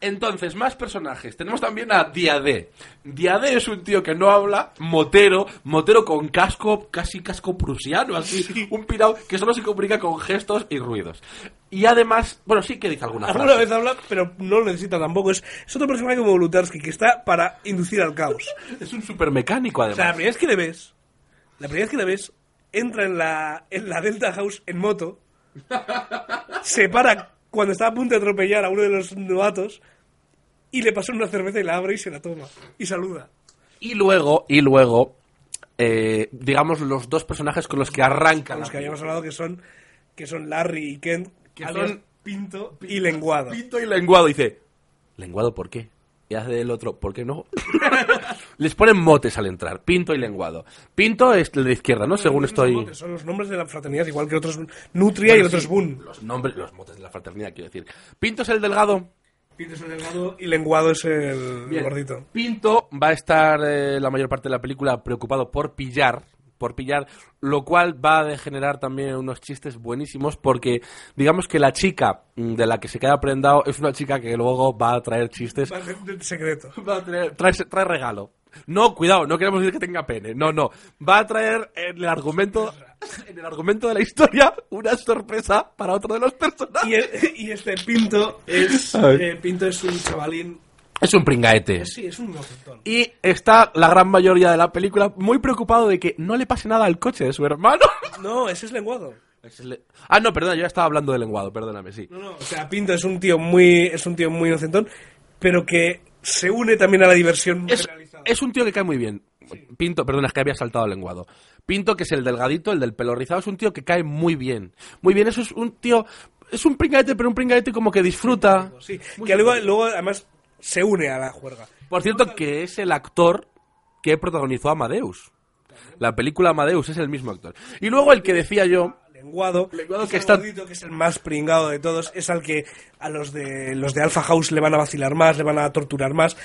[SPEAKER 2] Entonces, más personajes. Tenemos también a Diade. Diade es un tío que no habla, motero, motero con casco, casi casco prusiano, así, un pirado que solo se comunica con gestos y ruidos. Y además, bueno, sí que dice alguna
[SPEAKER 3] Alguna
[SPEAKER 2] frase.
[SPEAKER 3] vez habla, pero no lo necesita tampoco. Es, es otro personaje como Lutarsky que está para inducir al caos.
[SPEAKER 2] Es un supermecánico,
[SPEAKER 3] O sea, la
[SPEAKER 2] además.
[SPEAKER 3] primera vez que le ves, la primera vez que le ves, entra en la, en la Delta House en moto, se para cuando está a punto de atropellar a uno de los novatos y le pasa una cerveza y la abre y se la toma y saluda.
[SPEAKER 2] Y luego, y luego, eh, digamos, los dos personajes con los que arranca
[SPEAKER 3] A los
[SPEAKER 2] la
[SPEAKER 3] que habíamos
[SPEAKER 2] película.
[SPEAKER 3] hablado que son, que son Larry y Kent,
[SPEAKER 2] Que
[SPEAKER 3] que
[SPEAKER 2] son
[SPEAKER 3] son Pinto y Lenguado.
[SPEAKER 2] Pinto y lenguado, dice. ¿Lenguado por qué? Y hace el otro, ¿por qué no? [LAUGHS] Les ponen motes al entrar, pinto y lenguado. Pinto es el de izquierda, ¿no? Según estoy.
[SPEAKER 3] Son los nombres de la fraternidad, igual que otros Nutria y otros Boon.
[SPEAKER 2] Los nombres, los motes de la fraternidad, quiero decir. Pinto es el delgado.
[SPEAKER 3] Pinto es el delgado y Lenguado es el
[SPEAKER 2] Bien.
[SPEAKER 3] gordito.
[SPEAKER 2] Pinto va a estar eh, la mayor parte de la película preocupado por pillar, por pillar, lo cual va a degenerar también unos chistes buenísimos porque digamos que la chica mm, de la que se queda prendado es una chica que luego va a traer chistes
[SPEAKER 3] Va a ser del secreto.
[SPEAKER 2] Va a traer, trae, trae regalo. No, cuidado, no queremos decir que tenga pene. No, no. Va a traer en el argumento, en el argumento de la historia una sorpresa para otro de los personajes.
[SPEAKER 3] y, e- [LAUGHS] y este Pinto es
[SPEAKER 2] A ver.
[SPEAKER 3] eh, Pinto es un chavalín
[SPEAKER 2] Es un pringaete.
[SPEAKER 3] sí es un mocetón
[SPEAKER 2] Y está la gran mayoría de la película muy preocupado de que no le pase nada al coche de su hermano.
[SPEAKER 3] no ese es lenguado
[SPEAKER 2] Ah, no, perdona, yo ya estaba hablando de lenguado, perdóname, sí.
[SPEAKER 3] no no o sea Pinto es un tío muy es un tío muy inocentón pero que se une también a la diversión
[SPEAKER 2] Es,
[SPEAKER 3] generalizada.
[SPEAKER 2] es un tío que cae muy bien. Pinto, perdón, es que había saltado el lenguado. Pinto, que es el delgadito, el del pelo rizado, es un tío que cae muy bien. Muy bien, eso es un tío. Es un pringadete, pero un pringadete como que disfruta.
[SPEAKER 3] Sí, que luego, luego además se une a la juerga.
[SPEAKER 2] Por cierto, que es el actor que protagonizó Amadeus. La película Amadeus es el mismo actor. Y luego el que decía yo.
[SPEAKER 3] Lenguado,
[SPEAKER 2] Lenguado
[SPEAKER 3] que,
[SPEAKER 2] que
[SPEAKER 3] es
[SPEAKER 2] está-
[SPEAKER 3] el gordito, que es el más pringado de todos, es al que a los de los de Alpha House le van a vacilar más, le van a torturar más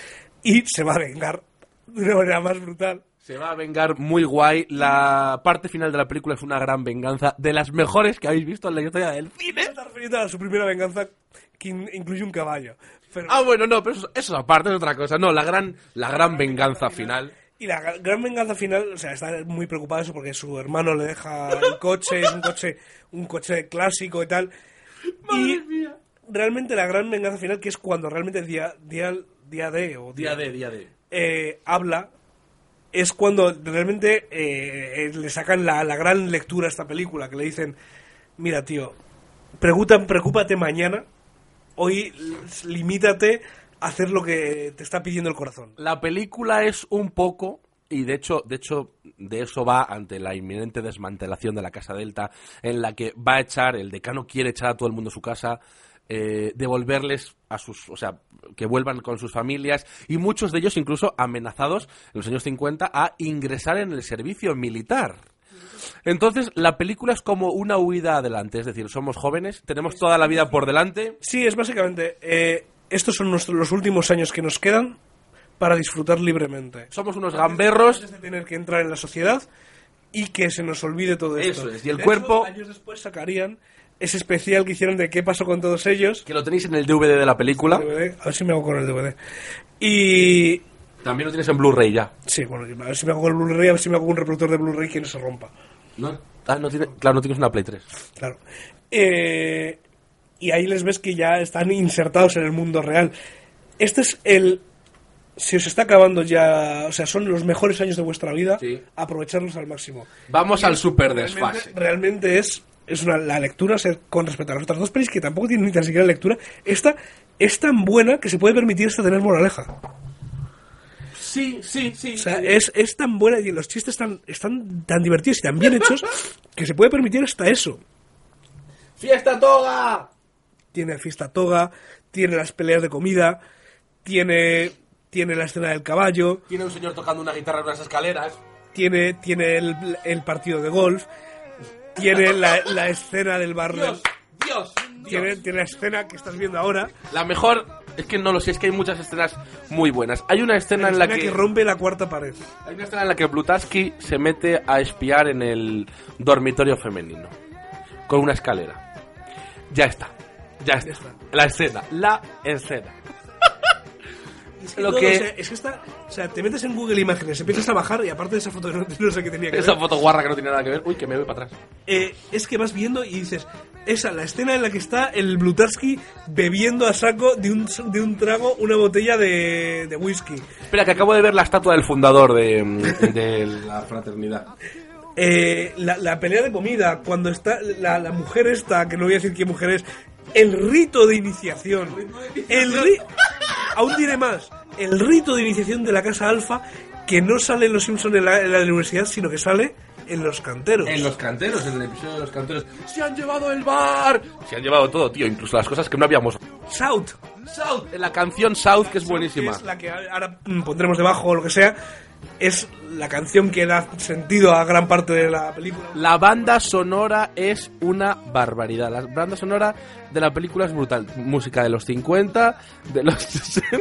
[SPEAKER 3] y se va a vengar de una manera más brutal.
[SPEAKER 2] Se va a vengar muy guay. La parte final de la película es una gran venganza. De las mejores que habéis visto en la historia del cine.
[SPEAKER 3] Se está refiriendo a su primera venganza que in- incluye un caballo. Pero-
[SPEAKER 2] Ah, bueno, no, pero eso, eso aparte es otra cosa. No, la gran, la gran venganza final.
[SPEAKER 3] Y la gra- gran venganza final, o sea, está muy preocupado eso porque su hermano le deja el coche, es un coche, un coche clásico y tal. y realmente la gran venganza final, que es cuando realmente día, día, día D o
[SPEAKER 2] Día
[SPEAKER 3] día,
[SPEAKER 2] D, día D.
[SPEAKER 3] eh, habla, es cuando realmente eh, eh, le sacan la, la gran lectura a esta película, que le dicen, mira tío, preguntan, preocúpate mañana, hoy l- limítate a hacer lo que te está pidiendo el corazón.
[SPEAKER 2] La película es un poco, y de hecho, de hecho, de eso va ante la inminente desmantelación de la Casa Delta, en la que va a echar, el decano quiere echar a todo el mundo a su casa, eh, devolverles a sus, o sea, que vuelvan con sus familias, y muchos de ellos incluso amenazados en los años 50 a ingresar en el servicio militar. Entonces, la película es como una huida adelante, es decir, somos jóvenes, tenemos toda la vida por delante.
[SPEAKER 3] Sí, es básicamente, eh, estos son nuestros, los últimos años que nos quedan para disfrutar libremente.
[SPEAKER 2] Somos unos gamberros
[SPEAKER 3] Antes de tener que entrar en la sociedad y que se nos olvide todo esto.
[SPEAKER 2] Eso es, y el
[SPEAKER 3] De
[SPEAKER 2] cuerpo-
[SPEAKER 3] hecho, años después sacarían ese especial que hicieron de qué pasó con todos ellos.
[SPEAKER 2] que lo tenéis en el DVD de la película.
[SPEAKER 3] DVD, a ver si me hago con el DVD. Y.
[SPEAKER 2] También lo tienes en Blu-ray ya.
[SPEAKER 3] Sí, bueno, a ver si me hago con el Blu-ray, a ver si me hago con un reproductor de Blu-ray que no se rompa.
[SPEAKER 2] No, ah, no tiene- claro, no tienes una Play 3.
[SPEAKER 3] Claro. Eh, y ahí les ves que ya están insertados en el mundo real. Este es el. Si os está acabando ya. O sea, son los mejores años de vuestra vida.
[SPEAKER 2] Sí.
[SPEAKER 3] Aprovecharlos al máximo.
[SPEAKER 2] Vamos al super
[SPEAKER 3] Realmente,
[SPEAKER 2] desfase.
[SPEAKER 3] realmente es. Es una, la lectura o sea, con respecto a las otras dos pelis que tampoco tienen ni tan siquiera lectura. Esta es tan buena que se puede permitir hasta tener moraleja.
[SPEAKER 2] Sí, sí, sí.
[SPEAKER 3] O sea, es, es tan buena y los chistes tan, están tan divertidos y tan bien hechos que se puede permitir hasta eso.
[SPEAKER 2] ¡Fiesta toga!
[SPEAKER 3] Tiene fiesta toga, tiene las peleas de comida, tiene, tiene la escena del caballo,
[SPEAKER 2] Tiene un señor tocando una guitarra en unas escaleras.
[SPEAKER 3] tiene, tiene el, el partido de golf, tiene la, la escena del bar. del-
[SPEAKER 2] Dios, Dios, Dios.
[SPEAKER 3] tiene, tiene la escena que estás viendo ahora,
[SPEAKER 2] La mejor, es que no lo sé, es que hay muchas escenas muy buenas. Hay una escena
[SPEAKER 3] la
[SPEAKER 2] en la
[SPEAKER 3] escena que...
[SPEAKER 2] que,
[SPEAKER 3] rompe la cuarta pared.
[SPEAKER 2] hay una escena en la que Blutaski se mete a espiar en el dormitorio femenino con una escalera. Ya está. Ya está. La escena, la escena.
[SPEAKER 3] Es que,
[SPEAKER 2] Lo
[SPEAKER 3] todo,
[SPEAKER 2] que-
[SPEAKER 3] o sea, es que está, o sea, te metes en Google Imágenes, empiezas a bajar y aparte de esa foto que no, no sé qué tenía que ver.
[SPEAKER 2] Esa foto guarra que no tiene nada que ver. Uy, que me voy para atrás.
[SPEAKER 3] eh, es que vas viendo y dices, esa, la escena en la que está el Blutarsky bebiendo a saco de un, de un trago una botella de, de whisky.
[SPEAKER 2] Espera, que acabo de ver la estatua del fundador de, mm, de [LAUGHS] la fraternidad.
[SPEAKER 3] Eh, la, la pelea de comida, cuando está la, la mujer esta, que no voy a decir qué mujer es, el rito de iniciación. El ri- Aún diré más, el rito de iniciación de la Casa Alfa, que no sale en Los Simpson en la, en la universidad, sino que sale en Los Canteros.
[SPEAKER 2] En los canteros, en el episodio de los canteros. ¡Se han llevado el bar! Se han llevado todo, tío. Incluso las cosas que no habíamos...
[SPEAKER 3] Shout.
[SPEAKER 2] South, en la canción South, que es
[SPEAKER 3] que
[SPEAKER 2] buenísima.
[SPEAKER 3] es la que ahora mm, pondremos debajo o lo que sea, es la canción que da sentido a gran parte de la película.
[SPEAKER 2] La banda sonora es una barbaridad. La banda sonora de la película es brutal. Música de los 50, de los [LAUGHS] 60.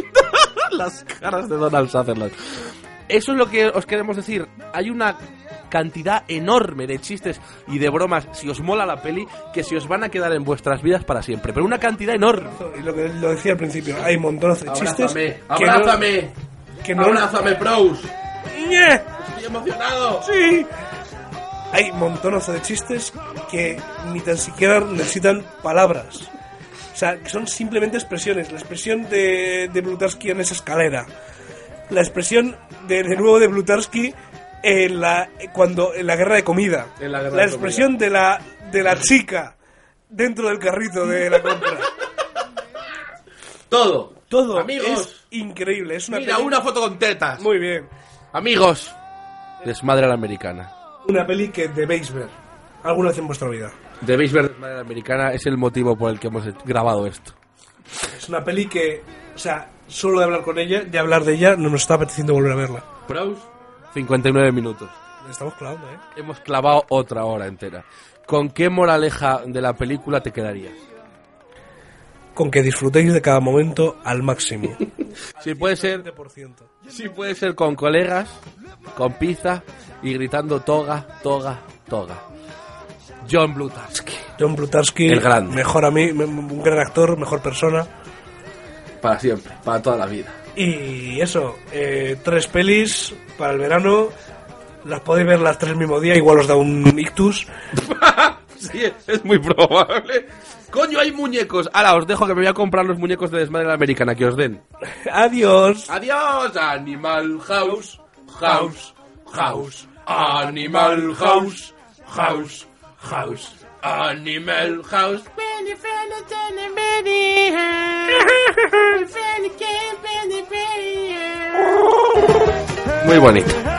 [SPEAKER 2] las caras de Donald Sutherland. Eso es lo que os queremos decir. Hay una cantidad enorme de chistes y de bromas, si os mola la peli, que se os van a quedar en vuestras vidas para siempre. Pero una cantidad enorme.
[SPEAKER 3] Y lo que lo decía al principio, hay un montonazo de chistes. que no- que no-
[SPEAKER 2] pros.
[SPEAKER 3] ¡Ñe!
[SPEAKER 2] Estoy emocionado.
[SPEAKER 3] ¡Sí! Hay un montonazo de chistes que ni tan siquiera necesitan palabras. O sea, que son simplemente expresiones. La expresión de, de Blutarsky en esa escalera. La expresión de, de nuevo de Blutarsky en la, cuando, en la guerra de comida.
[SPEAKER 2] En la guerra de
[SPEAKER 3] expresión de, la, de la chica dentro del carrito de
[SPEAKER 2] [LAUGHS]
[SPEAKER 3] la compra.
[SPEAKER 2] Todo.
[SPEAKER 3] Todo es increíble. Es una peli-
[SPEAKER 2] foto con tetas.
[SPEAKER 3] Muy bien.
[SPEAKER 2] Amigos, Desmadre a la americana.
[SPEAKER 3] Una peli que debéis ver alguna vez en vuestra vida.
[SPEAKER 2] Debéis ver Desmadre a la americana, es el motivo por el que hemos hecho- grabado esto.
[SPEAKER 3] Es una peli que, o sea, solo de hablar con ella, de hablar de ella, no nos está apeteciendo volver a verla.
[SPEAKER 2] Pros, 59 minutos.
[SPEAKER 3] Estamos clavando, ¿eh?
[SPEAKER 2] Hemos clavado otra hora entera. ¿Con qué moraleja de la película te quedarías?
[SPEAKER 3] Con que disfrutéis de cada momento al máximo.
[SPEAKER 2] Si puede ser,
[SPEAKER 3] 20%.
[SPEAKER 2] si puede ser con colegas, con pizza y gritando toga, toga, toga. John Blutarsky.
[SPEAKER 3] John Brutarsky,
[SPEAKER 2] El grande.
[SPEAKER 3] mejor a mí, un gran actor, mejor persona.
[SPEAKER 2] Para siempre, para toda la vida. [LAUGHS]
[SPEAKER 3] Y eso, eh, tres pelis para el verano. Las podéis ver las tres el mismo día, igual os da un ictus. [LAUGHS]
[SPEAKER 2] Sí, es muy probable. Coño, hay muñecos. Ahora os dejo que me voy a comprar los muñecos de Desmadre a la Americana que os den.
[SPEAKER 3] Adiós.
[SPEAKER 2] Adiós, Animal House, House, House, Animal House, House, House, Animal House. Muy bonito.